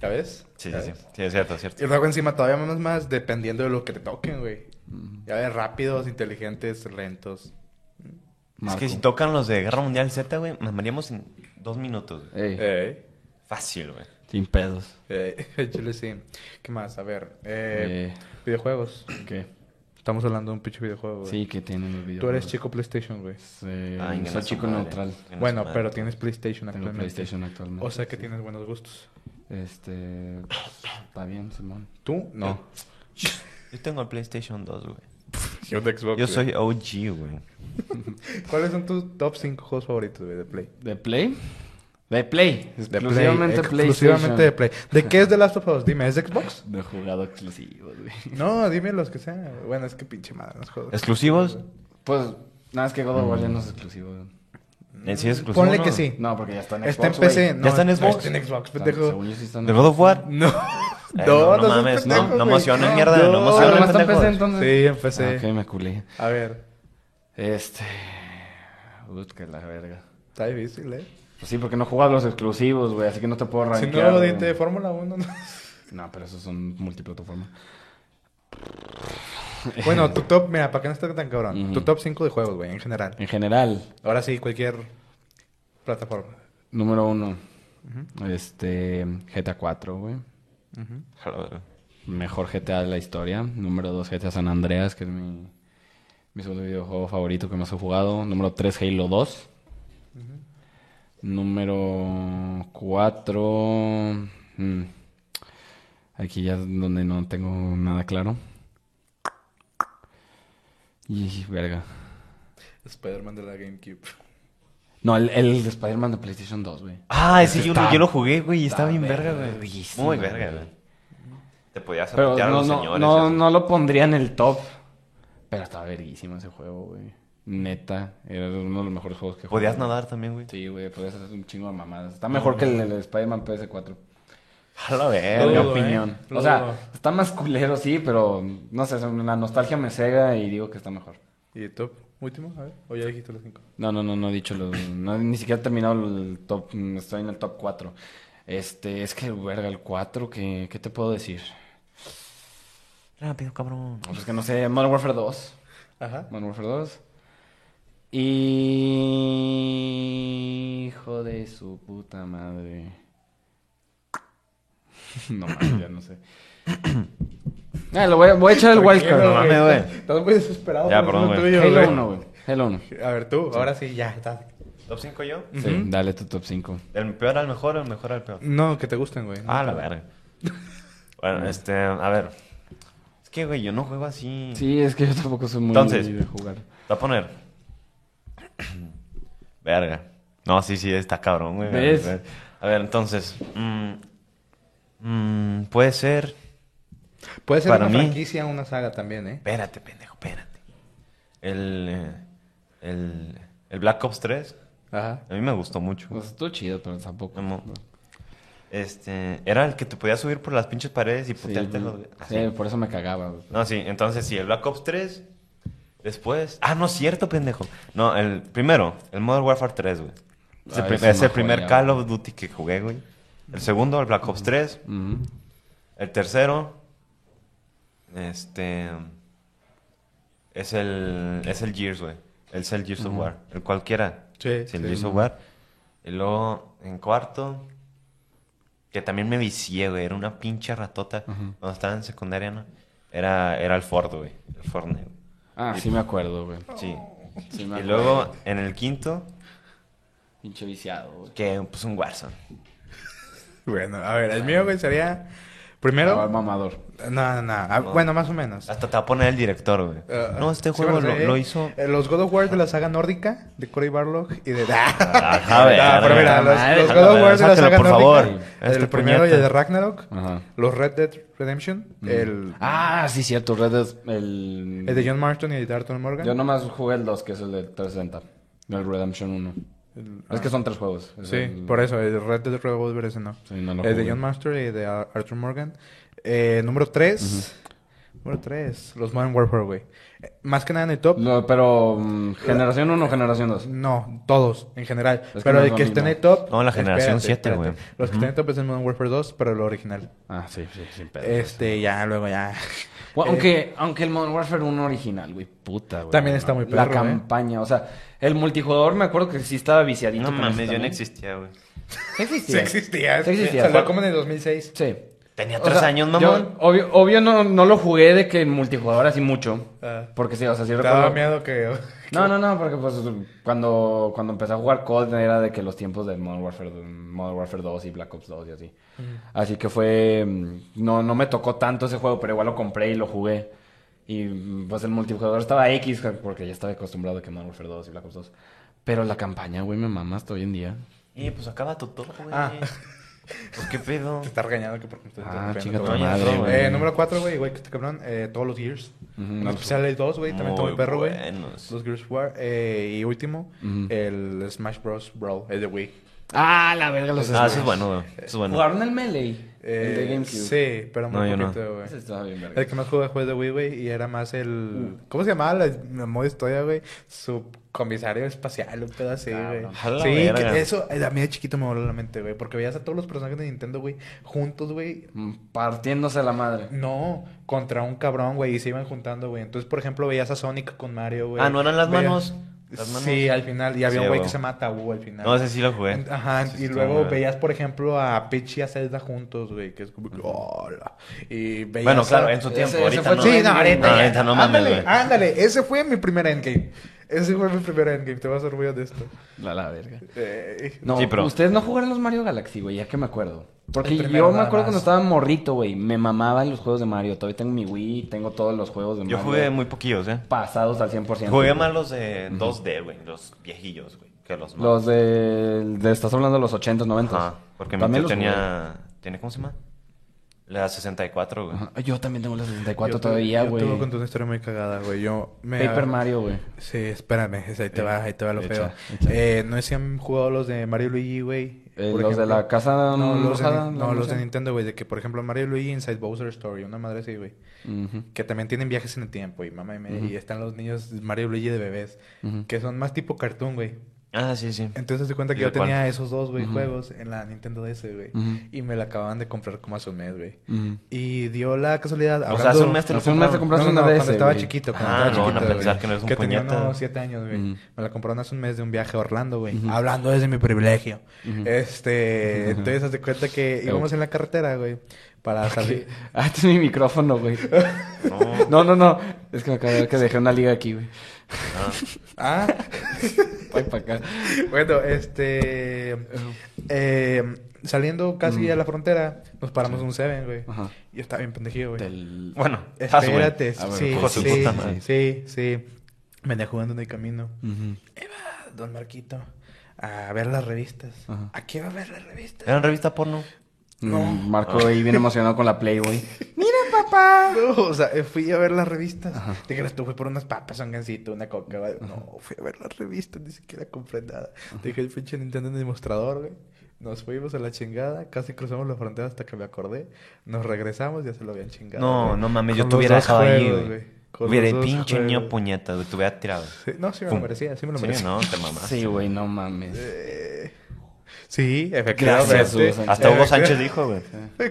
[SPEAKER 2] ¿Ya ves?
[SPEAKER 1] Sí,
[SPEAKER 2] ¿Ya
[SPEAKER 1] sí, sí.
[SPEAKER 2] ves?
[SPEAKER 1] Sí, es cierto, es cierto.
[SPEAKER 2] Y luego encima todavía más más dependiendo de lo que te toquen, güey. Ya ves, rápidos, inteligentes,
[SPEAKER 1] Es
[SPEAKER 2] lentos.
[SPEAKER 3] Marco.
[SPEAKER 1] que si tocan los de Guerra Mundial Z, güey, mamaríamos en dos minutos. güey.
[SPEAKER 3] Ey,
[SPEAKER 2] Eh,
[SPEAKER 1] Fácil, güey.
[SPEAKER 3] Sin pedos.
[SPEAKER 2] eh, chile, sí. ¿Qué más? A ver, eh,
[SPEAKER 3] Eh,
[SPEAKER 2] videojuegos.
[SPEAKER 3] ¿Qué?
[SPEAKER 2] Estamos hablando de un pinche videojuego, güey.
[SPEAKER 3] Sí, que tienen los
[SPEAKER 2] Pues-
[SPEAKER 3] videos.
[SPEAKER 2] Tú eres chico PlayStation, güey.
[SPEAKER 3] Eh,
[SPEAKER 1] Ah,
[SPEAKER 3] soy
[SPEAKER 1] ingaña su
[SPEAKER 3] chico
[SPEAKER 1] madre.
[SPEAKER 3] neutral.
[SPEAKER 1] Ingaña su
[SPEAKER 2] Bueno,
[SPEAKER 1] madre.
[SPEAKER 2] pero tienes PlayStation
[SPEAKER 3] Tengo
[SPEAKER 2] actualmente.
[SPEAKER 3] PlayStation actualmente.
[SPEAKER 2] O sea que tienes buenos gustos.
[SPEAKER 3] Este. Está bien, Simón.
[SPEAKER 2] ¿Tú? No.
[SPEAKER 1] Yo tengo el PlayStation 2, güey.
[SPEAKER 2] Yo de Xbox.
[SPEAKER 1] Yo
[SPEAKER 2] güey.
[SPEAKER 1] soy OG, güey.
[SPEAKER 2] ¿Cuáles son tus top 5 juegos favoritos, güey, de Play?
[SPEAKER 3] ¿De Play? De Play.
[SPEAKER 2] De Play,
[SPEAKER 3] Exclusivamente PlayStation.
[SPEAKER 2] Exclusivamente de Play. ¿De qué es The Last of Us? Dime, ¿es de Xbox?
[SPEAKER 3] De jugado exclusivo, güey.
[SPEAKER 2] No, dime los que sean. Bueno, es que pinche madre los juegos.
[SPEAKER 1] ¿Exclusivos?
[SPEAKER 3] Pues, nada, es que God of War ya
[SPEAKER 2] Mm.
[SPEAKER 3] no es exclusivo. güey.
[SPEAKER 1] ¿En Eh, sí es exclusivo?
[SPEAKER 2] Ponle
[SPEAKER 1] no?
[SPEAKER 2] que sí.
[SPEAKER 3] No, porque ya está en Xbox.
[SPEAKER 2] está en PC.
[SPEAKER 3] güey.
[SPEAKER 1] ¿Ya está en Xbox?
[SPEAKER 2] está en Xbox,
[SPEAKER 3] Está-
[SPEAKER 2] pendejo.
[SPEAKER 3] según yo sí está en
[SPEAKER 1] ¿De God of War?
[SPEAKER 2] No.
[SPEAKER 1] Eh, no,
[SPEAKER 2] no,
[SPEAKER 1] no
[SPEAKER 2] seas
[SPEAKER 1] mames, no, no
[SPEAKER 2] pendejo, güey.
[SPEAKER 1] emocionen, mierda, no
[SPEAKER 3] Ah,
[SPEAKER 1] emocionen.
[SPEAKER 3] nomás está en
[SPEAKER 1] pendejos.
[SPEAKER 3] PC entonces.
[SPEAKER 2] Sí, empecé.
[SPEAKER 3] Ah, Ok, me culé.
[SPEAKER 2] A ver,
[SPEAKER 3] Este. Uy, que la verga.
[SPEAKER 2] está difícil, ¿eh?
[SPEAKER 3] Pues sí, porque no juegas los exclusivos, güey, así que no te puedo
[SPEAKER 2] Si
[SPEAKER 3] rankear.
[SPEAKER 2] no,
[SPEAKER 3] güey.
[SPEAKER 2] diste de Fórmula 1. no.
[SPEAKER 3] No, pero esos son multiplataforma.
[SPEAKER 2] Bueno, tu top, mira, para que no esté tan cabrón.
[SPEAKER 3] Ujú.
[SPEAKER 2] Tu top 5 de juegos, güey, en general.
[SPEAKER 3] En general,
[SPEAKER 2] Ahora sí, cualquier plataforma.
[SPEAKER 3] número uno. Este. GTA 4, güey.
[SPEAKER 1] Joder.
[SPEAKER 3] Mejor GTA de la historia. Número 2, GTA San Andreas, que es mi, mi segundo videojuego favorito que más he jugado. Número 3, Halo 2. Número 4. Aquí ya es donde no tengo nada claro. Y verga.
[SPEAKER 2] Spider-Man de la GameCube.
[SPEAKER 3] No, el, el de Spider-Man de PlayStation 2, güey.
[SPEAKER 1] Ah, ese yo,
[SPEAKER 3] Está-
[SPEAKER 1] yo lo jugué, güey, y
[SPEAKER 3] está
[SPEAKER 1] está bien verga,
[SPEAKER 3] verga,
[SPEAKER 1] güey.
[SPEAKER 3] verguísima,
[SPEAKER 1] Muy verga,
[SPEAKER 3] güey.
[SPEAKER 1] güey. Te podías
[SPEAKER 3] Pero
[SPEAKER 1] apuntar a
[SPEAKER 3] no,
[SPEAKER 1] los
[SPEAKER 3] no,
[SPEAKER 1] señores.
[SPEAKER 3] no,
[SPEAKER 1] eso.
[SPEAKER 3] no lo pondría en el top. Pero estaba verguísimo ese juego, güey. Neta, era uno de los mejores juegos que jugué.
[SPEAKER 1] Podías nadar también, güey.
[SPEAKER 3] Sí, güey, podías hacer un chingo de mamadas. Está mejor que el, el Spider-Man PS4.
[SPEAKER 1] A la
[SPEAKER 3] En mi
[SPEAKER 1] verga.
[SPEAKER 2] dudo,
[SPEAKER 3] opinión.
[SPEAKER 2] eh. Lo
[SPEAKER 3] O sea,
[SPEAKER 2] dudo.
[SPEAKER 3] está más culero, sí, pero no sé, la nostalgia me cega y digo que está mejor.
[SPEAKER 2] ¿Y top último? A ver, o ya dijiste los 5.
[SPEAKER 3] No, no, no, no he dicho, lo- no, ni siquiera he terminado el top, estoy en el top 4. Este, es que, verga, el 4, ¿qué, qué te puedo decir?
[SPEAKER 1] Rápido, cabrón.
[SPEAKER 3] No, Pues que no sé, Modern Warfare 2.
[SPEAKER 2] Ajá.
[SPEAKER 3] Modern Warfare 2. Y... Hijo de su puta madre. No mames, ya no sé. Ah, lo voy a, voy a echar el
[SPEAKER 1] no
[SPEAKER 3] wildcard.
[SPEAKER 1] mames, güey.
[SPEAKER 2] Estás muy desesperado.
[SPEAKER 1] Ya,
[SPEAKER 2] por
[SPEAKER 1] perdón,
[SPEAKER 2] lo
[SPEAKER 1] güey.
[SPEAKER 2] tuyo,
[SPEAKER 3] Halo
[SPEAKER 2] güey.
[SPEAKER 3] 1, güey. Halo 1.
[SPEAKER 2] A ver, tú, ahora sí, ya. estás.
[SPEAKER 1] ¿Top 5 yo?
[SPEAKER 3] Sí, dale tu top 5.
[SPEAKER 1] ¿Del peor al mejor Mm. el mejor al peor?
[SPEAKER 2] No, que te gusten, güey.
[SPEAKER 1] Ah, la verga. bueno, este, a ver. Es que, güey, yo no juego así.
[SPEAKER 3] Sí, es que yo tampoco soy muy
[SPEAKER 1] Entonces.
[SPEAKER 3] de jugar.
[SPEAKER 1] Voy a poner. Verga. No, sí, sí, está cabrón, güey.
[SPEAKER 3] ¿Ves?
[SPEAKER 1] A ver, entonces. mm, mm, puede ser.
[SPEAKER 2] Puede ser
[SPEAKER 1] Para
[SPEAKER 2] una
[SPEAKER 1] mí-
[SPEAKER 2] franquicia, una saga también, ¿eh?
[SPEAKER 1] Espérate, pendejo, espérate. El. eh, El. El Black Ops 3.
[SPEAKER 2] Ajá.
[SPEAKER 1] A mí me gustó mucho.
[SPEAKER 3] Pues estuvo chido, pero tampoco.
[SPEAKER 1] Amo.
[SPEAKER 3] Sí,
[SPEAKER 1] Este. Era el que te podías subir por las pinches paredes y putearte los.
[SPEAKER 3] sí,
[SPEAKER 1] así.
[SPEAKER 3] por eso me cagaba. güey.
[SPEAKER 1] No, sí, entonces sí, el Black Ops 3. Después. Ah, no es cierto, pendejo. No, el primero, el Modern Warfare 3, güey. Es el,
[SPEAKER 3] Ah,
[SPEAKER 1] pri-
[SPEAKER 3] es una
[SPEAKER 1] es el primer
[SPEAKER 3] joya,
[SPEAKER 1] Call of Duty que jugué, güey. El segundo, el Black Ops 3.
[SPEAKER 3] Ujú.
[SPEAKER 1] El tercero. Este. Es el. Es el Gears, güey. Es el Gears of War. El cualquiera.
[SPEAKER 2] Sí,
[SPEAKER 1] Sí, el
[SPEAKER 2] sí.
[SPEAKER 1] Gears of War. Y luego, en cuarto. Que también me vicié, güey. Era una pinche ratota. Cuando estaba en secundaria, ¿no? Era, era el Ford, güey. El Fortnite. güey.
[SPEAKER 3] Ah, sí me acuerdo, güey.
[SPEAKER 1] Sí.
[SPEAKER 2] Oh.
[SPEAKER 3] Sí me
[SPEAKER 1] Y
[SPEAKER 3] acuerdo.
[SPEAKER 1] luego, en el quinto,
[SPEAKER 3] Pinche viciado, güey.
[SPEAKER 1] que pues un Warzone.
[SPEAKER 2] Bueno, a ver, el mío, güey, sería...
[SPEAKER 3] Ah,
[SPEAKER 2] Primero...
[SPEAKER 3] mamador.
[SPEAKER 2] No, no, no. Ah, Bueno, más o menos.
[SPEAKER 1] Hasta te va a poner el director, güey.
[SPEAKER 2] Ah,
[SPEAKER 1] no, este
[SPEAKER 2] sí,
[SPEAKER 1] juego
[SPEAKER 2] bueno,
[SPEAKER 1] lo,
[SPEAKER 2] eh,
[SPEAKER 1] lo hizo.
[SPEAKER 2] eh, los God of War de la saga nórdica, de Cory Barlog y de.
[SPEAKER 1] Ajá, güey.
[SPEAKER 2] Ah, pero mira, los,
[SPEAKER 3] madre,
[SPEAKER 2] los
[SPEAKER 1] a la
[SPEAKER 2] God of
[SPEAKER 1] verga,
[SPEAKER 2] War de la
[SPEAKER 1] sáquenlo,
[SPEAKER 2] saga
[SPEAKER 1] por
[SPEAKER 2] nórdica,
[SPEAKER 1] favor.
[SPEAKER 2] el
[SPEAKER 1] Este
[SPEAKER 2] primero y
[SPEAKER 1] puñeta.
[SPEAKER 2] el de Ragnarok,
[SPEAKER 3] Ajá.
[SPEAKER 2] los Red Dead Redemption, el,
[SPEAKER 3] Ah, sí, cierto. Red Dead, el...
[SPEAKER 2] el de John Marston y el de Arthur Morgan.
[SPEAKER 3] Yo nomás jugué el 2, que es el de 360. El Redemption 1.
[SPEAKER 2] El-
[SPEAKER 3] Es que son tres juegos.
[SPEAKER 2] Sí, por eso, el Red Dead Revolver ese no.
[SPEAKER 3] Sí, no lo
[SPEAKER 2] El de
[SPEAKER 3] jugué.
[SPEAKER 2] John Master y de Ar- Arthur Morgan. Eh, número 3. Número 3. Los Modern Warfare, güey. Eh, Más que nada en el top.
[SPEAKER 3] No, pero, mm, ¿generación 1 o generación 2?
[SPEAKER 2] No, todos, en general.
[SPEAKER 3] que
[SPEAKER 2] pero
[SPEAKER 3] no
[SPEAKER 2] el
[SPEAKER 3] es
[SPEAKER 2] que
[SPEAKER 3] lo
[SPEAKER 2] está en el
[SPEAKER 3] mismo.
[SPEAKER 2] top.
[SPEAKER 1] No, la
[SPEAKER 2] espérate,
[SPEAKER 1] generación siete,
[SPEAKER 2] espérate.
[SPEAKER 1] güey.
[SPEAKER 2] Los que están en el top es el Modern Warfare 2, pero lo original.
[SPEAKER 3] Ah, sí, sí, sin pedo.
[SPEAKER 2] Este, ya, luego ya. eh,
[SPEAKER 3] Bueno, aunque, aunque el Modern Warfare 1 original, güey, puta, güey.
[SPEAKER 2] También
[SPEAKER 3] no
[SPEAKER 2] está
[SPEAKER 3] mames.
[SPEAKER 2] muy
[SPEAKER 3] La
[SPEAKER 2] perro, ¿eh?
[SPEAKER 3] campaña, o sea, el multijugador me acuerdo que sí estaba viciadito.
[SPEAKER 1] No
[SPEAKER 3] con
[SPEAKER 1] mames,
[SPEAKER 3] eso
[SPEAKER 1] yo no
[SPEAKER 3] también.
[SPEAKER 1] existía, güey.
[SPEAKER 3] Sí
[SPEAKER 2] Sí
[SPEAKER 3] existía.
[SPEAKER 2] existía.
[SPEAKER 3] Sí existía.
[SPEAKER 2] Salió como en el 2006.
[SPEAKER 3] Sí.
[SPEAKER 1] Tenía
[SPEAKER 3] O
[SPEAKER 1] tres
[SPEAKER 3] sea,
[SPEAKER 1] años,
[SPEAKER 3] yo,
[SPEAKER 1] mamón.
[SPEAKER 3] obvio obvio no, no lo jugué de que en multijugador así mucho.
[SPEAKER 2] Ah.
[SPEAKER 3] Porque sí, o sea, sí
[SPEAKER 2] Te daba
[SPEAKER 3] recuerdo.
[SPEAKER 2] miedo que...
[SPEAKER 3] No, no, no, porque pues cuando, cuando empecé a jugar COD era de que los tiempos del Modern Warfare, Modern Warfare 2 y Black Ops 2 y así. Así que fue... mm, No, no me tocó tanto ese juego, pero igual lo compré y lo jugué. Y mm, pues el multijugador estaba X, porque ya estaba acostumbrado a que Modern Warfare 2 y Black Ops 2. Pero la campaña, güey, me mama hasta hoy en día.
[SPEAKER 1] Y pues acaba tu todo, güey.
[SPEAKER 2] Ah.
[SPEAKER 1] Pues qué pedo.
[SPEAKER 2] Te está regañando que porque estás
[SPEAKER 3] Ah,
[SPEAKER 2] interrumpiendo
[SPEAKER 3] chinga
[SPEAKER 2] todo.
[SPEAKER 3] tu
[SPEAKER 1] no, ya
[SPEAKER 3] madre,
[SPEAKER 1] entró,
[SPEAKER 3] güey.
[SPEAKER 2] Eh, número 4, güey, igual que este cabrón, eh, todos los Gears. En
[SPEAKER 3] no,
[SPEAKER 2] especial el 2, güey, también todo
[SPEAKER 1] Muy
[SPEAKER 2] el perro, güey.
[SPEAKER 1] buenos.
[SPEAKER 2] Los Gears of War. eh, y último,
[SPEAKER 3] Ujú.
[SPEAKER 2] el Smash Bros. Brawl, el de Wii.
[SPEAKER 3] Ah, la verga, los
[SPEAKER 1] Ah, eso
[SPEAKER 3] Smash.
[SPEAKER 2] pues,
[SPEAKER 1] es bueno, güey. Eso es bueno.
[SPEAKER 3] ¿Jugaron el Melee? el de
[SPEAKER 2] Eh,
[SPEAKER 3] GameCube.
[SPEAKER 2] Sí, pero
[SPEAKER 1] No,
[SPEAKER 2] muy
[SPEAKER 1] yo no.
[SPEAKER 2] poquito, güey.
[SPEAKER 3] Ese estaba bien verga.
[SPEAKER 2] El que más jugaba fue el de Wii, güey, y era más
[SPEAKER 3] Mm.
[SPEAKER 2] el... ¿Cómo se llamaba la, la moda historia, güey? Subcomisario espacial, un pedo así, güey.
[SPEAKER 1] Cabrón. A la
[SPEAKER 2] Sí, que
[SPEAKER 1] verga.
[SPEAKER 2] eso eh, a mí de chiquito me voló la mente, güey, porque veías a todos los personajes de Nintendo, güey, juntos, güey,
[SPEAKER 3] Mm, Partiéndose la madre.
[SPEAKER 2] No, contra un cabrón, güey, y se iban juntando, güey. Entonces, por ejemplo, veías a Sonic con Mario, güey.
[SPEAKER 1] Ah, ¿no eran las
[SPEAKER 2] Veías-
[SPEAKER 1] manos? Las manos.
[SPEAKER 2] Sí, al final. Y había
[SPEAKER 1] Sí,
[SPEAKER 2] un güey
[SPEAKER 1] güey.
[SPEAKER 2] que se mata, uh, al final.
[SPEAKER 1] No, ese sí lo jugué.
[SPEAKER 2] En- Ajá,
[SPEAKER 1] Ese sí
[SPEAKER 2] y
[SPEAKER 1] estuvo muy
[SPEAKER 2] luego
[SPEAKER 1] bueno.
[SPEAKER 2] veías, por ejemplo, a Peach y a Zelda juntos, güey, que es como que, hola. Y veías
[SPEAKER 1] Bueno, claro,
[SPEAKER 2] a-
[SPEAKER 1] en su
[SPEAKER 3] Ese-
[SPEAKER 1] tiempo.
[SPEAKER 3] ese
[SPEAKER 1] Ahorita
[SPEAKER 3] fue
[SPEAKER 1] no.
[SPEAKER 3] tu-
[SPEAKER 2] Sí, no,
[SPEAKER 3] no,
[SPEAKER 2] ahorita
[SPEAKER 1] no,
[SPEAKER 2] ya.
[SPEAKER 1] ahorita no mames,
[SPEAKER 2] ándale,
[SPEAKER 1] güey.
[SPEAKER 2] ándale. Ese fue mi primer endgame. Ese fue mi primer endgame. Te vas a orgullo de esto.
[SPEAKER 3] La, la verga.
[SPEAKER 2] Eh,
[SPEAKER 3] No,
[SPEAKER 1] Sí, pero-
[SPEAKER 3] ustedes no jugaron los Mario Galaxy, güey, ya que me acuerdo. Porque
[SPEAKER 2] El primero,
[SPEAKER 3] yo me
[SPEAKER 2] nada
[SPEAKER 3] acuerdo
[SPEAKER 2] más.
[SPEAKER 3] cuando estaba morrito, güey, me mamaban los juegos de Mario. Todavía tengo mi Wii, tengo todos los juegos de
[SPEAKER 1] Yo
[SPEAKER 3] Mario.
[SPEAKER 1] jugué muy poquillos, ¿eh?
[SPEAKER 3] Pasados al 100%.
[SPEAKER 1] Jugué
[SPEAKER 3] güey.
[SPEAKER 1] más los de 2D, güey. Los viejillos, güey. Que los nuevos.
[SPEAKER 3] Los de, de- Estás hablando de los 80s, 90s.
[SPEAKER 1] Ajá, porque mi
[SPEAKER 3] También
[SPEAKER 1] tío
[SPEAKER 3] los jugué.
[SPEAKER 1] tenía... ¿Tiene cómo se llama? La 64, güey.
[SPEAKER 3] Ajá, Yo también tengo la 64
[SPEAKER 2] yo te-
[SPEAKER 3] todavía, güey.
[SPEAKER 2] Yo te voy a contar una historia muy cagada, güey. Yo me...
[SPEAKER 3] Paper Mario, güey.
[SPEAKER 2] Sí, espérame, es- ahí te va, ahí te va lo
[SPEAKER 3] Eh, echa,
[SPEAKER 2] feo.
[SPEAKER 3] echa.
[SPEAKER 2] Eh, no sé si han jugado los de Mario y Luigi, güey.
[SPEAKER 3] Eh,
[SPEAKER 2] Por
[SPEAKER 3] los de la casa
[SPEAKER 2] No, los de,
[SPEAKER 3] rosada,
[SPEAKER 2] Nin-
[SPEAKER 3] la
[SPEAKER 2] no, los de
[SPEAKER 3] mansión.
[SPEAKER 2] Nintendo, güey, de que por ejemplo Mario y Luigi Inside Bowser Story, una madre así, güey.
[SPEAKER 3] Ujú.
[SPEAKER 2] Que también tienen viajes en el tiempo, y mamá y media, y están los niños Mario y Luigi de bebés,
[SPEAKER 3] Ujú.
[SPEAKER 2] que son más tipo cartoon, güey.
[SPEAKER 1] Ah, sí, sí.
[SPEAKER 2] Entonces te cuenta que
[SPEAKER 1] ¿Y de
[SPEAKER 2] yo tenía
[SPEAKER 1] cuál?
[SPEAKER 2] esos dos, güey,
[SPEAKER 3] Ujú.
[SPEAKER 2] juegos en la Nintendo DS, güey.
[SPEAKER 3] Ujú.
[SPEAKER 2] Y me la acababan de comprar como hace un mes, güey.
[SPEAKER 3] Ujú.
[SPEAKER 2] Y dio la casualidad.
[SPEAKER 1] O sea, hace un mes te lo
[SPEAKER 3] Hace un mes te
[SPEAKER 1] compraron.
[SPEAKER 3] compraste
[SPEAKER 2] no, no,
[SPEAKER 3] una
[SPEAKER 2] no,
[SPEAKER 3] DS,
[SPEAKER 2] cuando estaba
[SPEAKER 3] güey.
[SPEAKER 2] chiquito, cuando
[SPEAKER 1] Ah,
[SPEAKER 2] estaba
[SPEAKER 1] no,
[SPEAKER 2] chiquito.
[SPEAKER 1] van a
[SPEAKER 2] güey,
[SPEAKER 1] pensar que no eres un
[SPEAKER 2] tenía
[SPEAKER 1] puñeta.
[SPEAKER 2] unos 7 años, güey.
[SPEAKER 3] Ujú.
[SPEAKER 2] Me la compraron hace un mes de un viaje a Orlando, güey. Hablando desde mi privilegio. Este, entonces haz de cuenta que íbamos en la carretera, güey, para salir.
[SPEAKER 3] Ah, este es mi micrófono, güey.
[SPEAKER 1] No,
[SPEAKER 3] No, no, no. Es que me acabo de ver que dejé una liga aquí, güey.
[SPEAKER 2] Ah,
[SPEAKER 3] Voy para acá.
[SPEAKER 2] bueno, este eh, saliendo casi a la frontera, nos paramos en un Seven, güey.
[SPEAKER 3] Ajá.
[SPEAKER 2] Yo estaba bien pendejillo, güey.
[SPEAKER 3] Del-
[SPEAKER 1] Bueno, estás, güey.
[SPEAKER 2] Espérate,
[SPEAKER 3] Ah, bueno,
[SPEAKER 2] sí,
[SPEAKER 1] hijo de su
[SPEAKER 2] sí,
[SPEAKER 1] puta
[SPEAKER 2] sí,
[SPEAKER 1] madre.
[SPEAKER 2] sí, sí. Me andé jugando en el camino.
[SPEAKER 3] Ujú.
[SPEAKER 2] Don Marquito a ver las revistas.
[SPEAKER 3] Ajá.
[SPEAKER 2] ¿A qué va a ver las revistas?
[SPEAKER 1] ¿Eran revista porno?
[SPEAKER 2] No.
[SPEAKER 3] Mm, Marco ahí bien emocionado con la Playboy.
[SPEAKER 2] No, o sea, eh, fui a ver las revistas. Dije, tú fui por unas papas, un gancito, una coca. güey. No, fui a ver las revistas, ni siquiera compré nada. Dejé el pinche Nintendo en el mostrador, güey. Nos fuimos a la chingada, casi cruzamos la frontera hasta que me acordé. Nos regresamos, ya se lo habían chingado.
[SPEAKER 1] No,
[SPEAKER 2] güey.
[SPEAKER 1] no mames, yo
[SPEAKER 2] Con
[SPEAKER 1] te
[SPEAKER 2] los
[SPEAKER 1] hubiera
[SPEAKER 2] dos
[SPEAKER 1] dejado ahí,
[SPEAKER 2] juegos,
[SPEAKER 1] güey.
[SPEAKER 2] Con
[SPEAKER 1] Hubiera
[SPEAKER 2] los dos
[SPEAKER 1] pinche niño
[SPEAKER 2] juegos.
[SPEAKER 1] puñeta, güey. Te hubiera tirado.
[SPEAKER 2] Sí, No, sí me lo
[SPEAKER 1] Pum.
[SPEAKER 2] merecía, sí me lo
[SPEAKER 1] Sí,
[SPEAKER 2] merecía.
[SPEAKER 1] no, te mamás.
[SPEAKER 3] Sí, güey, no mames.
[SPEAKER 2] Eh, Sí, efectivamente.
[SPEAKER 3] Gracias, Hugo Sánchez.
[SPEAKER 1] Hasta Hugo Sánchez dijo, güey.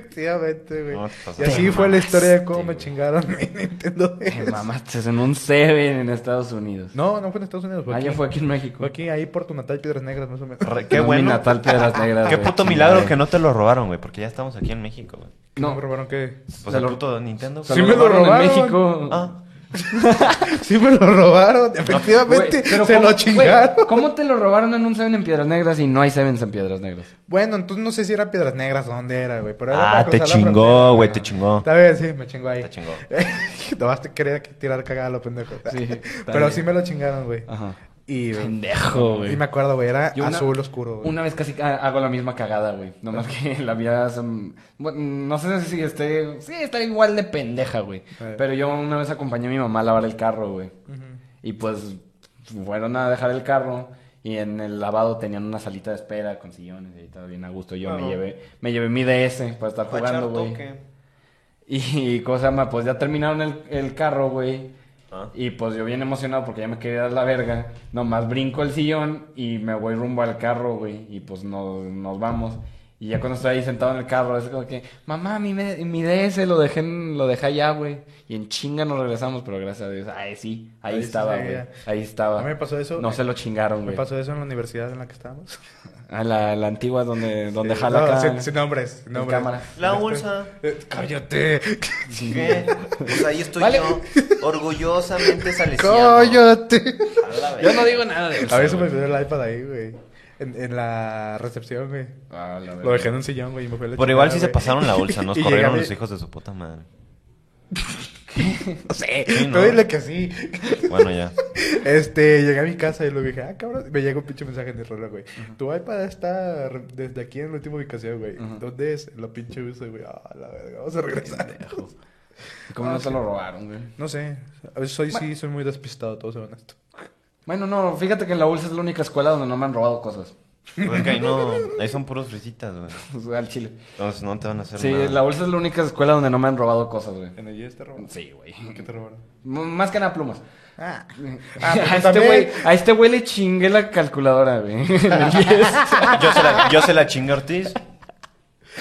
[SPEAKER 2] Efectivamente, güey.
[SPEAKER 1] No, te pasas.
[SPEAKER 2] y así
[SPEAKER 3] Te
[SPEAKER 2] fue la historia de cómo
[SPEAKER 3] mamaste,
[SPEAKER 2] me chingaron mi Nintendo
[SPEAKER 3] Te
[SPEAKER 2] DS.
[SPEAKER 3] mamaste en un Seven en Estados Unidos.
[SPEAKER 2] No, no fue en Estados Unidos, fue
[SPEAKER 3] Ah,
[SPEAKER 2] aquí.
[SPEAKER 3] ya fue aquí en
[SPEAKER 2] Fue
[SPEAKER 3] México.
[SPEAKER 2] aquí, ahí por tu natal Piedras Negras, más o menos.
[SPEAKER 1] Re- Qué
[SPEAKER 3] No, mi
[SPEAKER 1] bueno.
[SPEAKER 3] natal Piedras Negras,
[SPEAKER 1] Qué
[SPEAKER 3] güey.
[SPEAKER 1] puto milagro que no te lo robaron, güey. Porque ya estamos aquí en México, güey.
[SPEAKER 2] No,
[SPEAKER 3] No.
[SPEAKER 2] me robaron qué.
[SPEAKER 1] Pues
[SPEAKER 3] Se
[SPEAKER 1] el
[SPEAKER 3] lo-
[SPEAKER 1] puto Nintendo.
[SPEAKER 3] Se
[SPEAKER 2] Sí me lo
[SPEAKER 3] en
[SPEAKER 2] robaron.
[SPEAKER 3] México.
[SPEAKER 1] Ah,
[SPEAKER 2] Sí me lo robaron,
[SPEAKER 3] Güey,
[SPEAKER 2] efectivamente.
[SPEAKER 3] pero
[SPEAKER 2] se
[SPEAKER 3] ¿cómo-
[SPEAKER 2] lo chingaron.
[SPEAKER 3] güey, ¿Cómo te lo robaron en un Seven en Piedras Negras y no hay Sevens en Piedras Negras?
[SPEAKER 2] Bueno, entonces no sé si era Piedras Negras o dónde era, güey. Pero era
[SPEAKER 1] ah
[SPEAKER 2] para
[SPEAKER 1] te
[SPEAKER 2] cruzar la
[SPEAKER 1] chingó,
[SPEAKER 2] frontera.
[SPEAKER 1] güey. Te chingó.
[SPEAKER 2] Está bien, sí, me chingó ahí.
[SPEAKER 1] Te chingó.
[SPEAKER 2] Nomás te quería tirar cagada a los pendejos.
[SPEAKER 3] Sí, está
[SPEAKER 2] Ah, pero
[SPEAKER 3] bien.
[SPEAKER 2] sí me lo chingaron, güey.
[SPEAKER 3] Ajá.
[SPEAKER 2] Y,
[SPEAKER 3] Pendejo, güey.
[SPEAKER 2] y me acuerdo, güey, era
[SPEAKER 3] Yo una-
[SPEAKER 2] azul oscuro, güey.
[SPEAKER 3] Una vez casi ca- hago la misma cagada, güey. Nomás que la vida... son- bueno, no sé si esté... Sí, está igual de pendeja, güey.
[SPEAKER 2] Eh.
[SPEAKER 3] Pero yo una vez acompañé a mi mamá a lavar el carro, güey.
[SPEAKER 2] Ujú.
[SPEAKER 3] Y pues fueron a dejar el carro Y en el lavado tenían una salita de espera con sillones y todo bien a gusto. Yo
[SPEAKER 1] Claro.
[SPEAKER 3] me llevé me llevé mi DS para estar
[SPEAKER 1] Para echar
[SPEAKER 3] jugando, güey.
[SPEAKER 1] toque.
[SPEAKER 3] Y, cosa cosa más, pues ya terminaron el, el carro, güey.
[SPEAKER 1] Ah.
[SPEAKER 3] Y pues yo bien emocionado porque ya me quería dar la verga. Nomás brinco el sillón y me voy rumbo al carro, güey. Y pues nos, nos vamos. Y ya cuando estoy ahí sentado en el carro, es como que, mamá, mi, me- mi DS lo dejé, en- lo dejé allá, güey. Y en chinga nos regresamos, pero gracias a Dios. Ay, sí, ahí,
[SPEAKER 2] Ahí sí
[SPEAKER 3] estaba,
[SPEAKER 2] se
[SPEAKER 3] güey.
[SPEAKER 2] veía.
[SPEAKER 3] Ahí estaba.
[SPEAKER 2] A mí me pasó eso.
[SPEAKER 3] No se lo chingaron,
[SPEAKER 2] Me
[SPEAKER 3] güey.
[SPEAKER 2] pasó eso en la universidad en la que estábamos.
[SPEAKER 3] A la, la antigua donde, donde
[SPEAKER 2] Eh,
[SPEAKER 3] jala
[SPEAKER 2] no,
[SPEAKER 3] acá.
[SPEAKER 2] sin, sin nombres, sin
[SPEAKER 3] en
[SPEAKER 2] nombres.
[SPEAKER 3] cámara.
[SPEAKER 1] La bolsa.
[SPEAKER 2] Eh, Cállate.
[SPEAKER 1] ¿Qué? Pues ahí estoy
[SPEAKER 3] Vale.
[SPEAKER 1] yo, orgullosamente salesiano.
[SPEAKER 2] Cállate.
[SPEAKER 1] A la
[SPEAKER 3] Yo no
[SPEAKER 1] verga.
[SPEAKER 3] digo nada de eso.
[SPEAKER 2] A veces me
[SPEAKER 3] güey.
[SPEAKER 2] quedó el iPad ahí, güey. En, en la recepción, güey.
[SPEAKER 3] Ah, la
[SPEAKER 2] Lo
[SPEAKER 3] verga.
[SPEAKER 2] dejé en un sillón, güey, y me fue la
[SPEAKER 1] Por
[SPEAKER 2] chingada,
[SPEAKER 1] igual sí se
[SPEAKER 2] güey.
[SPEAKER 1] pasaron la bolsa, nos
[SPEAKER 2] Y
[SPEAKER 1] corrieron
[SPEAKER 2] llegué a
[SPEAKER 1] los
[SPEAKER 2] mi-
[SPEAKER 1] hijos de su puta madre.
[SPEAKER 2] No sé,
[SPEAKER 1] Sí,
[SPEAKER 2] tú
[SPEAKER 1] ¿no?
[SPEAKER 2] dile que sí.
[SPEAKER 1] Bueno, ya.
[SPEAKER 2] Este, llegué a mi casa y lo dije, ah, cabrón. Me llegó un pinche mensaje en el reloj, güey. Tu iPad está re- desde aquí en la última ubicación, güey.
[SPEAKER 3] Ujú.
[SPEAKER 2] ¿Dónde es? En la pinche uso, güey. Ah, la verga, vamos a regresar.
[SPEAKER 3] ¿Cómo
[SPEAKER 2] Ah,
[SPEAKER 3] no se lo robaron, güey?
[SPEAKER 2] No sé, a veces soy, sí, soy muy despistado, todos saben esto.
[SPEAKER 3] Bueno, no, fíjate que en la ULSA es la única escuela donde no me han robado cosas.
[SPEAKER 1] Porque ahí no, ahí son puros fresitas, güey.
[SPEAKER 3] O sea, Al chile.
[SPEAKER 1] Entonces no te van a hacer
[SPEAKER 3] Sí,
[SPEAKER 1] nada.
[SPEAKER 3] la ULSA es la única escuela donde no me han robado cosas, güey.
[SPEAKER 2] ¿En el te robaron?
[SPEAKER 3] Sí, güey.
[SPEAKER 2] ¿Qué te robaron?
[SPEAKER 3] M- Más que nada plumas.
[SPEAKER 2] Ah,
[SPEAKER 3] a,
[SPEAKER 2] pues
[SPEAKER 3] este
[SPEAKER 2] también.
[SPEAKER 3] güey, a este güey le chingué la calculadora, güey. en el 10.
[SPEAKER 1] Yo se la, yo se la chingué a Ortiz.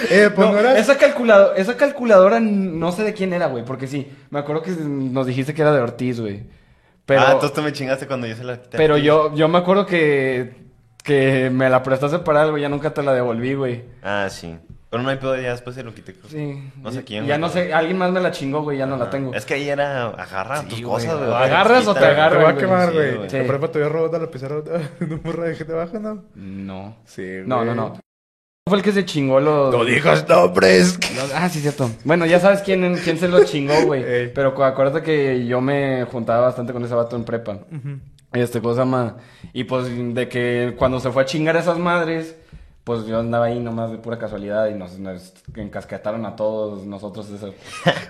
[SPEAKER 2] Eh, pues no,
[SPEAKER 3] No,
[SPEAKER 2] eras-
[SPEAKER 3] esa, calculado- esa calculadora n- no sé de quién era, güey. Porque sí, me acuerdo que nos dijiste que era de Ortiz, güey. Pero,
[SPEAKER 1] Ah, entonces tú me chingaste cuando yo se la quité. a
[SPEAKER 3] pero
[SPEAKER 1] Ortiz.
[SPEAKER 3] yo, yo me acuerdo que, que me la prestaste para algo y ya nunca te la devolví, güey.
[SPEAKER 1] Ah, sí. Pero no hay pedo, ya después se lo quité.
[SPEAKER 3] Sí.
[SPEAKER 1] No sé
[SPEAKER 3] Y-
[SPEAKER 1] quién.
[SPEAKER 3] Ya
[SPEAKER 1] güey.
[SPEAKER 3] no sé, alguien más me la chingó, güey, ya no la
[SPEAKER 1] Ah,
[SPEAKER 3] tengo.
[SPEAKER 1] Es que ahí era agarra
[SPEAKER 3] Sí,
[SPEAKER 1] tus
[SPEAKER 3] güey.
[SPEAKER 1] cosas, güey.
[SPEAKER 3] O agarras o te
[SPEAKER 1] Quita,
[SPEAKER 2] Te voy a
[SPEAKER 3] agarran, güey.
[SPEAKER 2] quemar,
[SPEAKER 1] Sí,
[SPEAKER 2] güey.
[SPEAKER 1] güey.
[SPEAKER 2] La prepa te voy a robar la pizarra de un morro de gente abajo, ¿no?
[SPEAKER 3] No.
[SPEAKER 2] Sí, güey.
[SPEAKER 3] No, no, no. Fue el que se chingó los...
[SPEAKER 2] No digas nombres.
[SPEAKER 3] los- Ah, sí, cierto. Bueno, ya sabes quién, quién se los chingó,
[SPEAKER 2] Ey.
[SPEAKER 3] güey. Pero cu- acuérdate que yo me juntaba bastante con ese vato en prepa. Este, cosa más. Y pues de que cuando se fue a chingar a esas madres, pues yo andaba ahí nomás de pura casualidad y nos, nos encasquetaron a todos nosotros. Eso.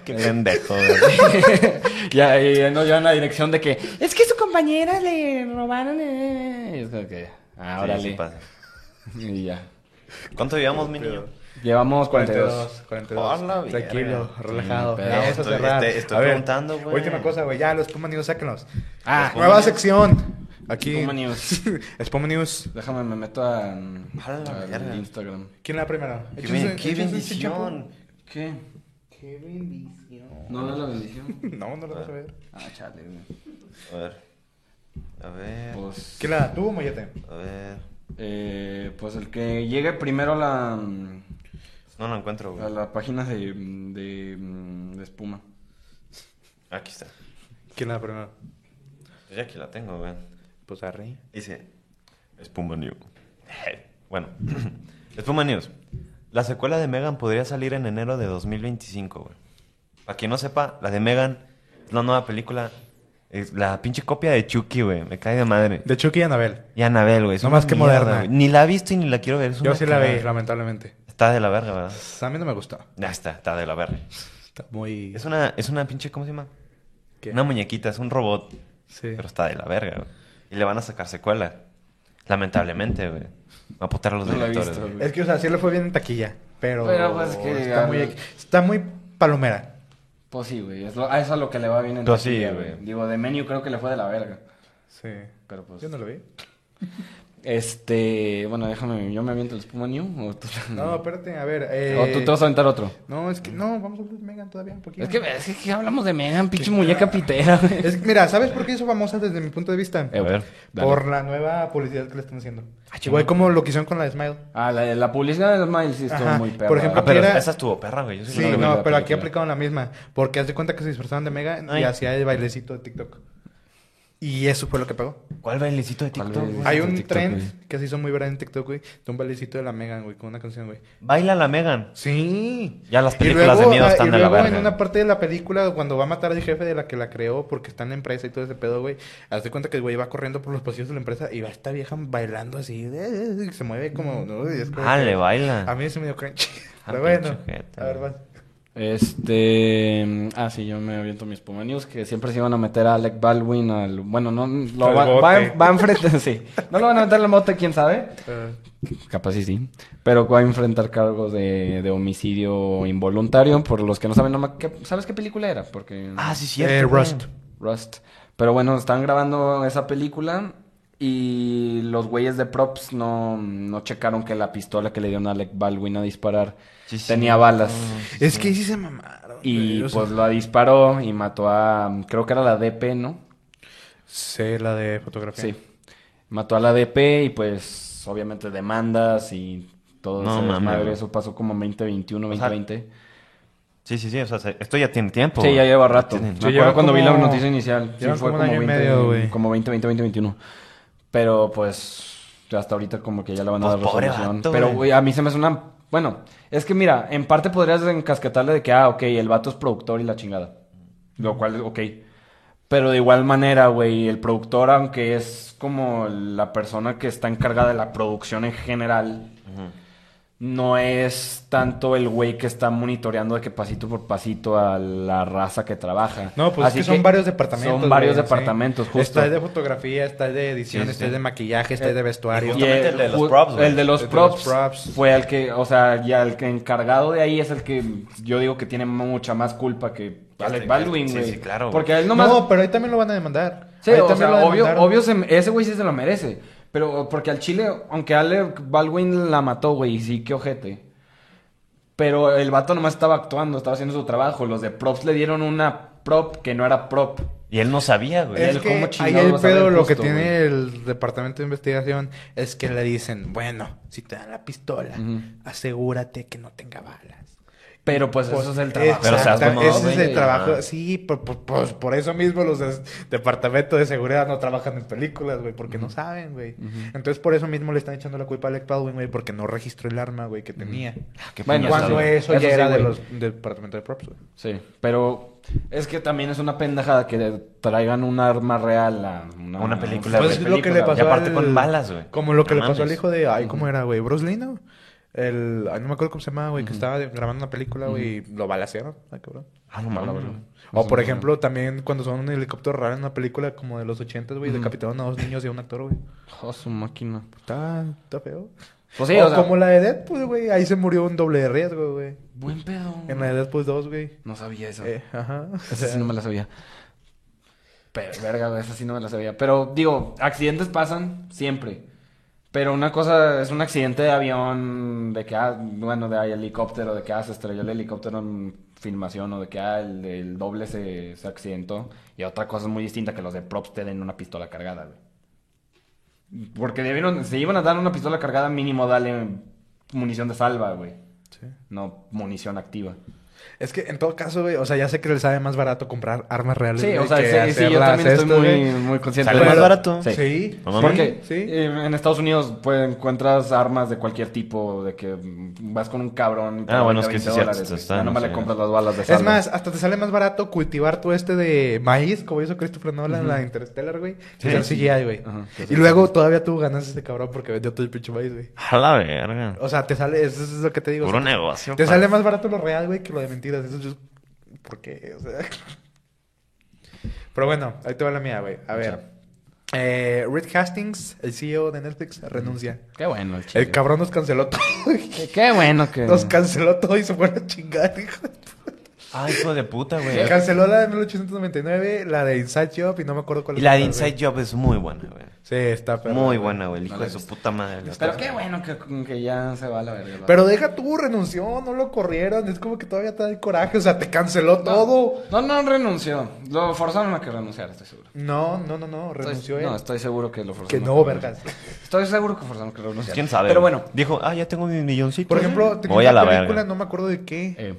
[SPEAKER 1] Qué pendejo, güey.
[SPEAKER 3] ya, y eh, ya nos llevan la dirección de que es que su compañera le robaron. eh". Y es como que, ah,
[SPEAKER 1] Sí,
[SPEAKER 3] órale.
[SPEAKER 1] sí pasa.
[SPEAKER 3] y ya.
[SPEAKER 1] ¿Cuánto llevamos, mi niño?
[SPEAKER 3] Llevamos 42.
[SPEAKER 2] 42, 42.
[SPEAKER 1] Por la
[SPEAKER 2] Tranquilo,
[SPEAKER 1] verga.
[SPEAKER 2] relajado.
[SPEAKER 3] Sin
[SPEAKER 2] Ya
[SPEAKER 3] pedo.
[SPEAKER 2] vamos a
[SPEAKER 1] Estoy-
[SPEAKER 2] cerrar.
[SPEAKER 1] este- estoy
[SPEAKER 2] A ver,
[SPEAKER 1] preguntando, güey.
[SPEAKER 2] Última cosa, güey. Ya, los Puma News, sáquenlos.
[SPEAKER 3] Ah,
[SPEAKER 1] Espuma
[SPEAKER 2] Nueva
[SPEAKER 1] News.
[SPEAKER 2] sección. Aquí.
[SPEAKER 3] Puma News.
[SPEAKER 2] Espuma News.
[SPEAKER 3] Déjame, me meto a,
[SPEAKER 1] A la
[SPEAKER 3] al
[SPEAKER 1] verga.
[SPEAKER 3] Instagram.
[SPEAKER 2] ¿Quién la primera?
[SPEAKER 1] Qué,
[SPEAKER 2] Échense-
[SPEAKER 1] ben- qué
[SPEAKER 2] échense ese
[SPEAKER 1] bendición.
[SPEAKER 3] ¿Qué?
[SPEAKER 2] Qué bendición.
[SPEAKER 3] ¿No la bendición?
[SPEAKER 2] No, no lo vas a ver.
[SPEAKER 3] Ah, chale. güey.
[SPEAKER 1] A ver. A ver.
[SPEAKER 3] Pues,
[SPEAKER 2] ¿Quién la tuvo, Mayate?
[SPEAKER 1] A ver.
[SPEAKER 3] eh, pues el que llegue primero a la,
[SPEAKER 1] No la encuentro,
[SPEAKER 3] a
[SPEAKER 1] güey.
[SPEAKER 3] la página de, de, de espuma.
[SPEAKER 1] Aquí está.
[SPEAKER 2] ¿Quién la primera?
[SPEAKER 1] Pues ya aquí la tengo, güey.
[SPEAKER 2] Pues Arri.
[SPEAKER 1] Dice, Espuma News. Eh, Bueno, Espuma News. La secuela de Megan podría salir en enero de 2025, güey. Para quien no sepa, la de Megan es la nueva película. Es la pinche copia de Chucky, güey. Me cae de madre.
[SPEAKER 2] De Chucky y Anabel.
[SPEAKER 1] Y Anabel, güey. es
[SPEAKER 2] No
[SPEAKER 1] una
[SPEAKER 2] más que
[SPEAKER 1] mierda,
[SPEAKER 2] moderna.
[SPEAKER 1] güey. Ni la he visto y ni la quiero ver. es
[SPEAKER 2] Yo
[SPEAKER 1] una
[SPEAKER 2] sí la vi,
[SPEAKER 1] cagada.
[SPEAKER 2] lamentablemente.
[SPEAKER 1] Está de la verga, ¿verdad?
[SPEAKER 2] A mí no me gustó.
[SPEAKER 1] Ya está, está de la verga.
[SPEAKER 2] Está muy.
[SPEAKER 1] Es una, es una pinche, ¿cómo se llama?
[SPEAKER 2] ¿Qué?
[SPEAKER 1] Una muñequita, es un robot.
[SPEAKER 2] Sí.
[SPEAKER 1] Pero está de la verga, güey. Y le van a sacar secuela. Lamentablemente, güey. Va a putar a los
[SPEAKER 3] No la he
[SPEAKER 1] directores.
[SPEAKER 3] visto,
[SPEAKER 1] güey.
[SPEAKER 3] güey.
[SPEAKER 2] Es que, o sea, sí le fue bien en taquilla. Pero.
[SPEAKER 3] Pero, pues, que-
[SPEAKER 2] Está muy, está muy palomera.
[SPEAKER 3] Pues sí, güey. Es lo- a eso es lo que le va bien en
[SPEAKER 1] Pues sí,
[SPEAKER 3] taquilla,
[SPEAKER 1] güey.
[SPEAKER 3] Digo, de menú creo que le fue de la verga.
[SPEAKER 2] Sí.
[SPEAKER 3] Pero pues.
[SPEAKER 2] Yo no lo vi.
[SPEAKER 3] Este. Bueno, déjame. Yo me aviento el Spuma New. O tú,
[SPEAKER 2] No, espérate, a ver. Eh...
[SPEAKER 3] o tú te vas a aventar otro.
[SPEAKER 2] No, es que no, vamos a hablar de Megan todavía un poquito.
[SPEAKER 3] Es que, es que, que hablamos de Megan, pinche muñeca pitera, güey.
[SPEAKER 2] Es que, mira, ¿sabes por qué hizo famosa desde mi punto de vista?
[SPEAKER 1] A ver.
[SPEAKER 3] Eh, dale.
[SPEAKER 2] Por la nueva publicidad que le están haciendo.
[SPEAKER 3] Ah, chingón.
[SPEAKER 2] Igual como lo que hicieron con la de Smile.
[SPEAKER 3] Ah, la, la publicidad de Smile sí estuvo
[SPEAKER 2] Ajá,
[SPEAKER 3] muy perra.
[SPEAKER 2] por ejemplo,
[SPEAKER 1] Ah, pero
[SPEAKER 2] Era-
[SPEAKER 1] esa estuvo perra, güey. Yo sí
[SPEAKER 2] Sí,
[SPEAKER 1] la vi.
[SPEAKER 3] no,
[SPEAKER 2] no,
[SPEAKER 3] la
[SPEAKER 2] pero
[SPEAKER 3] película.
[SPEAKER 2] aquí aplicaron la misma. Porque haz de cuenta que se disfrazaban de Megan y
[SPEAKER 1] Ay.
[SPEAKER 2] hacía el bailecito de TikTok. Y eso fue lo que pegó.
[SPEAKER 1] ¿Cuál bailecito de
[SPEAKER 3] ¿Cuál
[SPEAKER 1] TikTok, güey?
[SPEAKER 3] bailecito?
[SPEAKER 2] Hay
[SPEAKER 3] de
[SPEAKER 2] un
[SPEAKER 3] TikTok,
[SPEAKER 2] trend
[SPEAKER 3] güey.
[SPEAKER 2] que se hizo muy viral en TikTok, güey, de un bailecito de la Megan, güey, con una canción, güey.
[SPEAKER 1] Baila la Megan.
[SPEAKER 2] Sí.
[SPEAKER 1] Ya las
[SPEAKER 2] Y
[SPEAKER 1] películas de miedo
[SPEAKER 2] ah,
[SPEAKER 1] están
[SPEAKER 2] y
[SPEAKER 1] de la
[SPEAKER 2] luego
[SPEAKER 1] verga.
[SPEAKER 2] en una parte de la película, cuando va a matar al jefe de la que la creó, porque está en la empresa y todo ese pedo, güey, haz de cuenta que el güey va corriendo por los pasillos de la empresa y va esta vieja bailando así, eh, y se mueve como... ¿no? Y es como
[SPEAKER 1] Ah,
[SPEAKER 2] que-
[SPEAKER 1] le baila.
[SPEAKER 2] A mí se me dio cringe.
[SPEAKER 1] Ah,
[SPEAKER 2] Pero bueno,
[SPEAKER 1] pinche ojete,
[SPEAKER 2] a ver,
[SPEAKER 1] güey.
[SPEAKER 2] vas.
[SPEAKER 3] Este. Ah, sí, yo me aviento mis Puma News, que siempre se iban a meter a Alec Baldwin al. Bueno, no. Lo
[SPEAKER 2] Al
[SPEAKER 3] va, va-
[SPEAKER 2] bote.
[SPEAKER 3] va a enfrentar. sí. No lo van a meter al mote, quién sabe.
[SPEAKER 2] Ah,
[SPEAKER 3] Capaz sí, sí. Pero va a enfrentar cargos de, de homicidio involuntario. Por los que no saben, no me- ¿qué- ¿sabes qué película era? Porque.
[SPEAKER 1] Ah, sí, cierto.
[SPEAKER 2] eh,
[SPEAKER 1] güey.
[SPEAKER 2] Rust.
[SPEAKER 3] Rust. Pero bueno, están grabando esa película y los güeyes de props no, no checaron que la pistola que le dieron a Alec Baldwin a disparar
[SPEAKER 1] Sí, sí.
[SPEAKER 3] tenía balas.
[SPEAKER 2] Es que ahí sí se mamaron.
[SPEAKER 3] Y
[SPEAKER 2] güey, o sea,
[SPEAKER 3] pues la disparó y mató a, creo que era la DP, ¿no?
[SPEAKER 2] Sé la de fotografía.
[SPEAKER 3] Sí. Mató a la DP y pues obviamente demandas y todo
[SPEAKER 1] No
[SPEAKER 3] ese
[SPEAKER 1] mames,
[SPEAKER 3] desmadre.
[SPEAKER 1] güey.
[SPEAKER 3] Eso pasó como 2021,
[SPEAKER 1] O sea,
[SPEAKER 3] 2020.
[SPEAKER 1] Sí, sí, sí. O sea, se- esto ya tiene tiempo.
[SPEAKER 3] Sí,
[SPEAKER 1] güey.
[SPEAKER 3] ya lleva rato.
[SPEAKER 1] tiene-
[SPEAKER 3] Me
[SPEAKER 2] Sí,
[SPEAKER 3] acuerdo
[SPEAKER 2] lleva
[SPEAKER 3] cuando vi la
[SPEAKER 2] como-
[SPEAKER 3] noticia inicial. Sí,
[SPEAKER 2] lleva
[SPEAKER 3] fue
[SPEAKER 2] como
[SPEAKER 3] como
[SPEAKER 2] un
[SPEAKER 3] 20,
[SPEAKER 2] año y medio, güey.
[SPEAKER 3] como 20, 20, 20, 21. Pero pues hasta ahorita como que ya la van a
[SPEAKER 1] Pues,
[SPEAKER 3] dar
[SPEAKER 1] pobre
[SPEAKER 3] resolución.
[SPEAKER 1] vato,
[SPEAKER 3] Pero
[SPEAKER 1] güey.
[SPEAKER 3] güey, a mí se me hace una... Bueno, es que mira, en parte podrías encasquetarle de que, ah, ok, el vato es productor y la chingada. Lo cual, ok. Pero de igual manera, güey, el productor, aunque es como la persona que está encargada de la producción en general,
[SPEAKER 1] Ujú.
[SPEAKER 3] no es tanto el güey que está monitoreando de que pasito por pasito a la raza que trabaja.
[SPEAKER 2] No, pues
[SPEAKER 3] Así
[SPEAKER 2] es que son varios departamentos.
[SPEAKER 3] Son varios
[SPEAKER 2] güey, sí.
[SPEAKER 3] departamentos, justo.
[SPEAKER 2] Está el de fotografía, está el de edición,
[SPEAKER 1] Sí, sí,
[SPEAKER 2] está
[SPEAKER 1] sí.
[SPEAKER 2] el de maquillaje,
[SPEAKER 3] Eh,
[SPEAKER 2] está el de vestuario.
[SPEAKER 1] Y Justamente el de los
[SPEAKER 3] ju-
[SPEAKER 1] props, güey.
[SPEAKER 3] el de los
[SPEAKER 2] El de
[SPEAKER 3] props
[SPEAKER 2] los props.
[SPEAKER 3] fue el que, o sea, ya el que encargado de ahí es el que yo digo que tiene mucha más culpa que Alec
[SPEAKER 1] sí,
[SPEAKER 3] Baldwin,
[SPEAKER 1] Este, sí,
[SPEAKER 3] güey.
[SPEAKER 1] sí, claro, güey.
[SPEAKER 3] Porque a él
[SPEAKER 2] No,
[SPEAKER 3] nomás
[SPEAKER 2] pero ahí también lo van a demandar.
[SPEAKER 3] Sí,
[SPEAKER 2] Ahí
[SPEAKER 3] o
[SPEAKER 2] también
[SPEAKER 3] sea,
[SPEAKER 2] lo
[SPEAKER 3] obvio,
[SPEAKER 2] demandaron.
[SPEAKER 3] obvio se- ese güey sí se lo merece. Pero porque al Chile, aunque Alec Baldwin la mató, güey, y sí, qué ojete. Pero el vato nomás estaba actuando, estaba haciendo su trabajo. Los de props le dieron una prop que no era prop.
[SPEAKER 1] Y él no sabía, güey.
[SPEAKER 2] Es
[SPEAKER 3] Él
[SPEAKER 2] que
[SPEAKER 3] como
[SPEAKER 2] ahí
[SPEAKER 3] chingado
[SPEAKER 2] el
[SPEAKER 3] va a saber
[SPEAKER 2] pedo lo que
[SPEAKER 3] justo,
[SPEAKER 2] tiene
[SPEAKER 3] güey.
[SPEAKER 2] el departamento de investigación es que le dicen, bueno, si te dan la pistola,
[SPEAKER 3] Ujú.
[SPEAKER 2] asegúrate que no tenga balas.
[SPEAKER 3] Pero pues,
[SPEAKER 2] Pues,
[SPEAKER 3] eso es el trabajo.
[SPEAKER 1] Pero seas
[SPEAKER 2] exacta-
[SPEAKER 1] mamón,
[SPEAKER 2] ese es
[SPEAKER 1] güey.
[SPEAKER 2] el trabajo.
[SPEAKER 1] Ajá.
[SPEAKER 2] Sí, por, por- por- por eso mismo los des- departamentos de seguridad no trabajan en películas, güey, porque no saben, güey. Entonces, por eso mismo le están echando la culpa a Alec Baldwin, güey, porque no registró el arma, güey, que tenía.
[SPEAKER 1] Qué puñetado,
[SPEAKER 3] Bueno,
[SPEAKER 2] Cuando
[SPEAKER 1] güey.
[SPEAKER 2] eso,
[SPEAKER 3] Eso
[SPEAKER 2] ya
[SPEAKER 3] sí,
[SPEAKER 2] era de
[SPEAKER 3] güey.
[SPEAKER 2] los del departamento de props, güey.
[SPEAKER 3] Sí, pero es que también es una pendejada que traigan un arma real a una,
[SPEAKER 1] Una película,
[SPEAKER 2] Pues
[SPEAKER 1] güey.
[SPEAKER 2] es lo que le
[SPEAKER 3] película,
[SPEAKER 2] pasó
[SPEAKER 1] Y aparte
[SPEAKER 2] al-
[SPEAKER 1] con balas, güey.
[SPEAKER 2] Como lo que
[SPEAKER 1] No
[SPEAKER 2] le pasó al
[SPEAKER 1] mames.
[SPEAKER 2] hijo de... Ay, ¿cómo era, güey? ¿Bruce Lee, no? El... Ay, no me acuerdo cómo se llamaba, güey. Que estaba de- grabando una película, güey. Y lo balacearon. Ay, cabrón.
[SPEAKER 1] Ah, no mames. güey.
[SPEAKER 2] O, por ejemplo, también cuando son un helicóptero raro en una película como de los ochentas, güey. Decapitaron a dos niños y a un actor, güey.
[SPEAKER 3] Oh, su máquina.
[SPEAKER 2] Está... Está feo.
[SPEAKER 3] Pues sí,
[SPEAKER 2] o,
[SPEAKER 3] o sea,
[SPEAKER 2] como la de Deadpool, güey. Ahí se murió un doble de riesgo, güey.
[SPEAKER 3] Buen pedo.
[SPEAKER 2] En la de Deadpool 2, güey.
[SPEAKER 3] No sabía eso.
[SPEAKER 2] Eh, ajá. O
[SPEAKER 3] Esa sí
[SPEAKER 2] sea,
[SPEAKER 3] no me la sabía. Pero, verga, güey, esa sí no me la sabía. Pero, digo, accidentes pasan siempre. Pero una cosa es un accidente de avión, de que, ah, bueno, de ahí helicóptero, de que, ah, se estrelló el helicóptero en filmación, o de que, ah, el, el doble se, se accidentó. Y otra cosa muy distinta, que los de props te den una pistola cargada, güey. Porque debieron, si iban a dar una pistola cargada, mínimo dale munición de salva, güey.
[SPEAKER 2] sí.
[SPEAKER 3] No munición activa.
[SPEAKER 2] Es que en todo caso, güey, o sea, ya sé que les sale más barato comprar armas reales.
[SPEAKER 3] Sí, o
[SPEAKER 2] güey,
[SPEAKER 3] sea,
[SPEAKER 2] que
[SPEAKER 3] sí, sí, yo
[SPEAKER 2] hacerlas
[SPEAKER 3] también estoy
[SPEAKER 2] estas,
[SPEAKER 3] muy,
[SPEAKER 2] güey.
[SPEAKER 3] muy consciente.
[SPEAKER 1] Sale
[SPEAKER 3] de
[SPEAKER 1] más
[SPEAKER 3] eso.
[SPEAKER 1] barato.
[SPEAKER 3] Sí.
[SPEAKER 2] Sí,
[SPEAKER 1] No mames.
[SPEAKER 3] Porque
[SPEAKER 2] sí.
[SPEAKER 3] eh, en Estados Unidos pues, encuentras armas de cualquier tipo, de que mm, vas con un cabrón y te
[SPEAKER 1] Ah,
[SPEAKER 3] da
[SPEAKER 1] bueno,
[SPEAKER 3] 20
[SPEAKER 1] es que sí,
[SPEAKER 3] dólares,
[SPEAKER 1] cierto,
[SPEAKER 3] güey.
[SPEAKER 1] está,
[SPEAKER 3] Ya nomás
[SPEAKER 1] sí.
[SPEAKER 3] le compras las balas de
[SPEAKER 2] Es
[SPEAKER 3] salva.
[SPEAKER 2] más, hasta te sale más barato cultivar tu este de maíz, como hizo Christopher Nolan en la de Interstellar, güey.
[SPEAKER 1] Sí.
[SPEAKER 2] Que hacer CGI, güey.
[SPEAKER 3] Ajá.
[SPEAKER 2] Y luego todavía tú ganas este cabrón porque vendió todo el pinche maíz, güey.
[SPEAKER 1] A la verga.
[SPEAKER 2] O sea, te sale, eso es lo que te digo. o
[SPEAKER 1] Puro
[SPEAKER 2] sea,
[SPEAKER 1] negocio.
[SPEAKER 2] te
[SPEAKER 1] pa.
[SPEAKER 2] sale más barato lo real, güey, que lo de mentiras. Eso es. ¿Por qué? O sea. Pero bueno, ahí te va la mía, güey. A ver. Eh, Reed Hastings, el CEO de Netflix, renuncia.
[SPEAKER 3] Qué bueno el chile.
[SPEAKER 2] El cabrón nos canceló todo. güey.
[SPEAKER 3] Qué, qué bueno que...
[SPEAKER 2] Nos canceló todo y se fueron a chingar, hijo. de
[SPEAKER 1] Ah, hijo de puta, güey.
[SPEAKER 2] Me Canceló la de 1899, la de Inside Job y no me acuerdo cuál
[SPEAKER 1] Y
[SPEAKER 2] es
[SPEAKER 1] la de
[SPEAKER 2] otra,
[SPEAKER 1] Inside
[SPEAKER 2] güey.
[SPEAKER 1] Job es muy buena, güey.
[SPEAKER 2] Sí, está perra,
[SPEAKER 1] Muy
[SPEAKER 2] güey.
[SPEAKER 1] buena, güey. El hijo
[SPEAKER 3] No la
[SPEAKER 1] de
[SPEAKER 3] he
[SPEAKER 1] su
[SPEAKER 3] visto.
[SPEAKER 1] puta madre. güey.
[SPEAKER 3] Pero qué bueno que, que ya se va a la verga. el vato.
[SPEAKER 2] Pero deja tú, renunció, no lo corrieron. Es como que todavía está de coraje. O sea, te canceló todo.
[SPEAKER 3] No, no renunció. Lo forzaron a que renunciara, estoy seguro.
[SPEAKER 2] No, no, no, no.
[SPEAKER 3] Estoy-
[SPEAKER 2] Renunció él.
[SPEAKER 3] No, estoy seguro que lo forzaron.
[SPEAKER 2] que
[SPEAKER 3] a
[SPEAKER 2] no,
[SPEAKER 3] renunciara.
[SPEAKER 2] vergas.
[SPEAKER 3] Estoy seguro que forzaron a que renunciara.
[SPEAKER 1] ¿Quién sabe?
[SPEAKER 3] Pero
[SPEAKER 1] güey?
[SPEAKER 3] bueno.
[SPEAKER 1] Dijo, ah, ya tengo mis milloncitos.
[SPEAKER 2] Por ejemplo, tenía
[SPEAKER 1] voy a
[SPEAKER 2] una
[SPEAKER 1] la
[SPEAKER 2] película,
[SPEAKER 1] verga.
[SPEAKER 2] no me acuerdo de qué.
[SPEAKER 3] eh,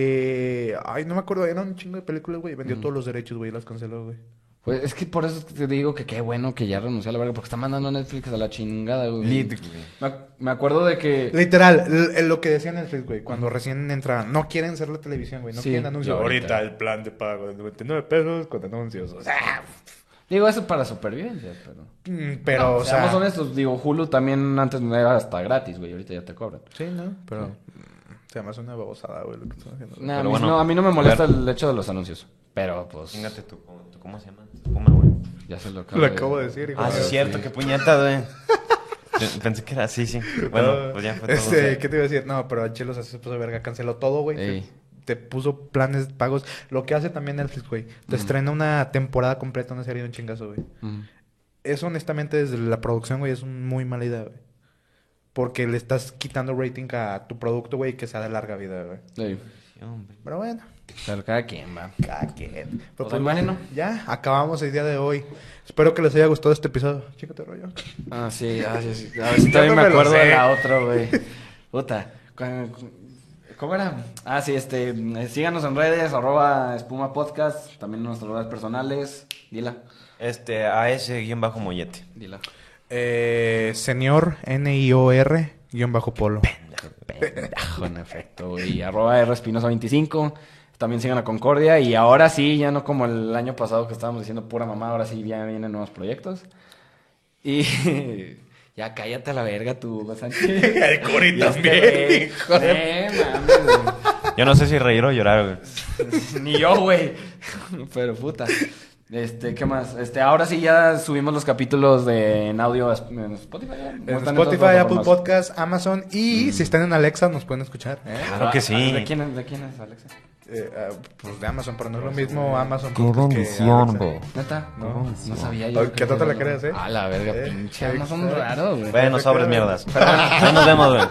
[SPEAKER 2] De. Ay, no me acuerdo. Era un chingo de películas, güey. Vendió todos los derechos, güey. y Las canceló, güey.
[SPEAKER 3] Pues es que por eso te digo que qué bueno que ya renunció a la verga, porque está mandando a Netflix a la chingada, güey.
[SPEAKER 1] Lit, güey.
[SPEAKER 3] Me, ac- me acuerdo de que.
[SPEAKER 2] Literal, l- eh, lo que decía Netflix, güey. Cuando recién entraban. No quieren ser la televisión, güey. No
[SPEAKER 3] Sí,
[SPEAKER 2] quieren anuncios.
[SPEAKER 3] y ahorita
[SPEAKER 2] el plan de pago de 99 pesos con anuncios. O sea.
[SPEAKER 3] Digo, eso para supervivencia, pero.
[SPEAKER 2] mm, Pero, o sea.
[SPEAKER 3] Seamos honestos, digo, Hulu también antes no era hasta gratis, güey, ahorita ya te cobran.
[SPEAKER 2] Sí, ¿no? Pero. Se llama una babosada, güey, lo que están haciendo.
[SPEAKER 3] Nah, a,
[SPEAKER 1] Pero
[SPEAKER 3] mí,
[SPEAKER 1] bueno.
[SPEAKER 3] no, a mí no me molesta
[SPEAKER 1] A ver.
[SPEAKER 3] el hecho de los anuncios. Pero pues.
[SPEAKER 1] Chingate tu, tu- ¿cómo se llama? Tu Puma, güey.
[SPEAKER 3] Ya se lo acabo,
[SPEAKER 2] Lo acabo de decir, hijo
[SPEAKER 1] Ah, sí, es cierto, qué puñeta, güey. Pe- Pensé que era así, sí. Bueno,
[SPEAKER 2] Ah,
[SPEAKER 1] pues ya fue todo.
[SPEAKER 2] este, ¿Qué te iba a decir? No, pero Chelo se puso de verga, canceló todo, güey.
[SPEAKER 3] Ey.
[SPEAKER 2] Te, te puso planes pagos. Lo que hace también Netflix, güey. Te
[SPEAKER 1] Mm.
[SPEAKER 2] estrena una temporada completa, una serie de un chingazo, güey.
[SPEAKER 3] Ujú.
[SPEAKER 2] Eso, honestamente, desde la producción, güey, es un muy mala idea, güey. Porque le estás quitando rating a tu producto, güey, que sea de larga vida, güey.
[SPEAKER 3] Ey,
[SPEAKER 1] Sí, hombre.
[SPEAKER 2] Pero bueno,
[SPEAKER 3] Pero cada quien va.
[SPEAKER 2] cada quien. Pero
[SPEAKER 3] Pues, vale, ¿no?
[SPEAKER 2] Ya, acabamos el día de hoy. Espero que les haya gustado este episodio. Chícate, rollo.
[SPEAKER 3] Ah, sí, ah, sí, sí. A ver si
[SPEAKER 2] Yo
[SPEAKER 3] todavía
[SPEAKER 2] no
[SPEAKER 3] me
[SPEAKER 2] me lo
[SPEAKER 3] acuerdo de
[SPEAKER 2] sé.
[SPEAKER 3] la otra, güey. Puta. cu- cu- ¿Cómo era? Ah, sí, este. eh, Síganos en redes, arroba espuma podcast. También en nuestras redes personales. Dila,
[SPEAKER 1] Este, a ese guión bajo mollete.
[SPEAKER 3] dila.
[SPEAKER 2] Eh, señor N-I-O-R, guión bajo polo.
[SPEAKER 3] Pendejo, en efecto, güey. Arroba R Espinosa 25. También sigan a Concordia. Y ahora sí, ya no como el año pasado que estábamos diciendo pura mamá, ahora sí ya vienen nuevos proyectos. Y ya cállate a la verga, tú, Hugo Sánchez.
[SPEAKER 2] El Cori
[SPEAKER 3] Ya
[SPEAKER 2] también,
[SPEAKER 3] este, güey.
[SPEAKER 2] hijo
[SPEAKER 3] Eh, mames, güey.
[SPEAKER 1] Yo no sé si reír o llorar, güey.
[SPEAKER 3] Ni yo, güey. Pero puta. Este, ¿qué más? Este, ahora sí ya subimos los capítulos de en audio a Sp- en Spotify. ¿no? Están
[SPEAKER 2] En
[SPEAKER 3] todas
[SPEAKER 2] Spotify,
[SPEAKER 3] las
[SPEAKER 2] Apple
[SPEAKER 3] plataformas. Mm.
[SPEAKER 2] Podcast, Amazon y si están en Alexa nos pueden escuchar. ¿eh?
[SPEAKER 1] Claro que sí.
[SPEAKER 3] Ah, ¿De quién es, de quién es Alexa?
[SPEAKER 2] Eh, ah, pues de Amazon, pero no es lo mismo Amazon Podcast que
[SPEAKER 4] Corrondiciando.
[SPEAKER 2] Alexa.
[SPEAKER 3] ¿Neta?
[SPEAKER 2] No,
[SPEAKER 3] no sabía yo.
[SPEAKER 2] Ay, ¿qué tanto la crees, eh?
[SPEAKER 3] A la verga,
[SPEAKER 2] Eh,
[SPEAKER 3] pinche. No son
[SPEAKER 2] exacto.
[SPEAKER 3] raros, güey.
[SPEAKER 1] Bueno, sobres mierdas. Pero bueno, ahí nos vemos, güey.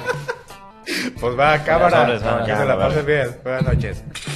[SPEAKER 2] Pues va, cámara.
[SPEAKER 1] sobres, vamos,
[SPEAKER 2] que
[SPEAKER 1] ya,
[SPEAKER 2] se la
[SPEAKER 1] vale.
[SPEAKER 2] pasen bien. Buenas noches.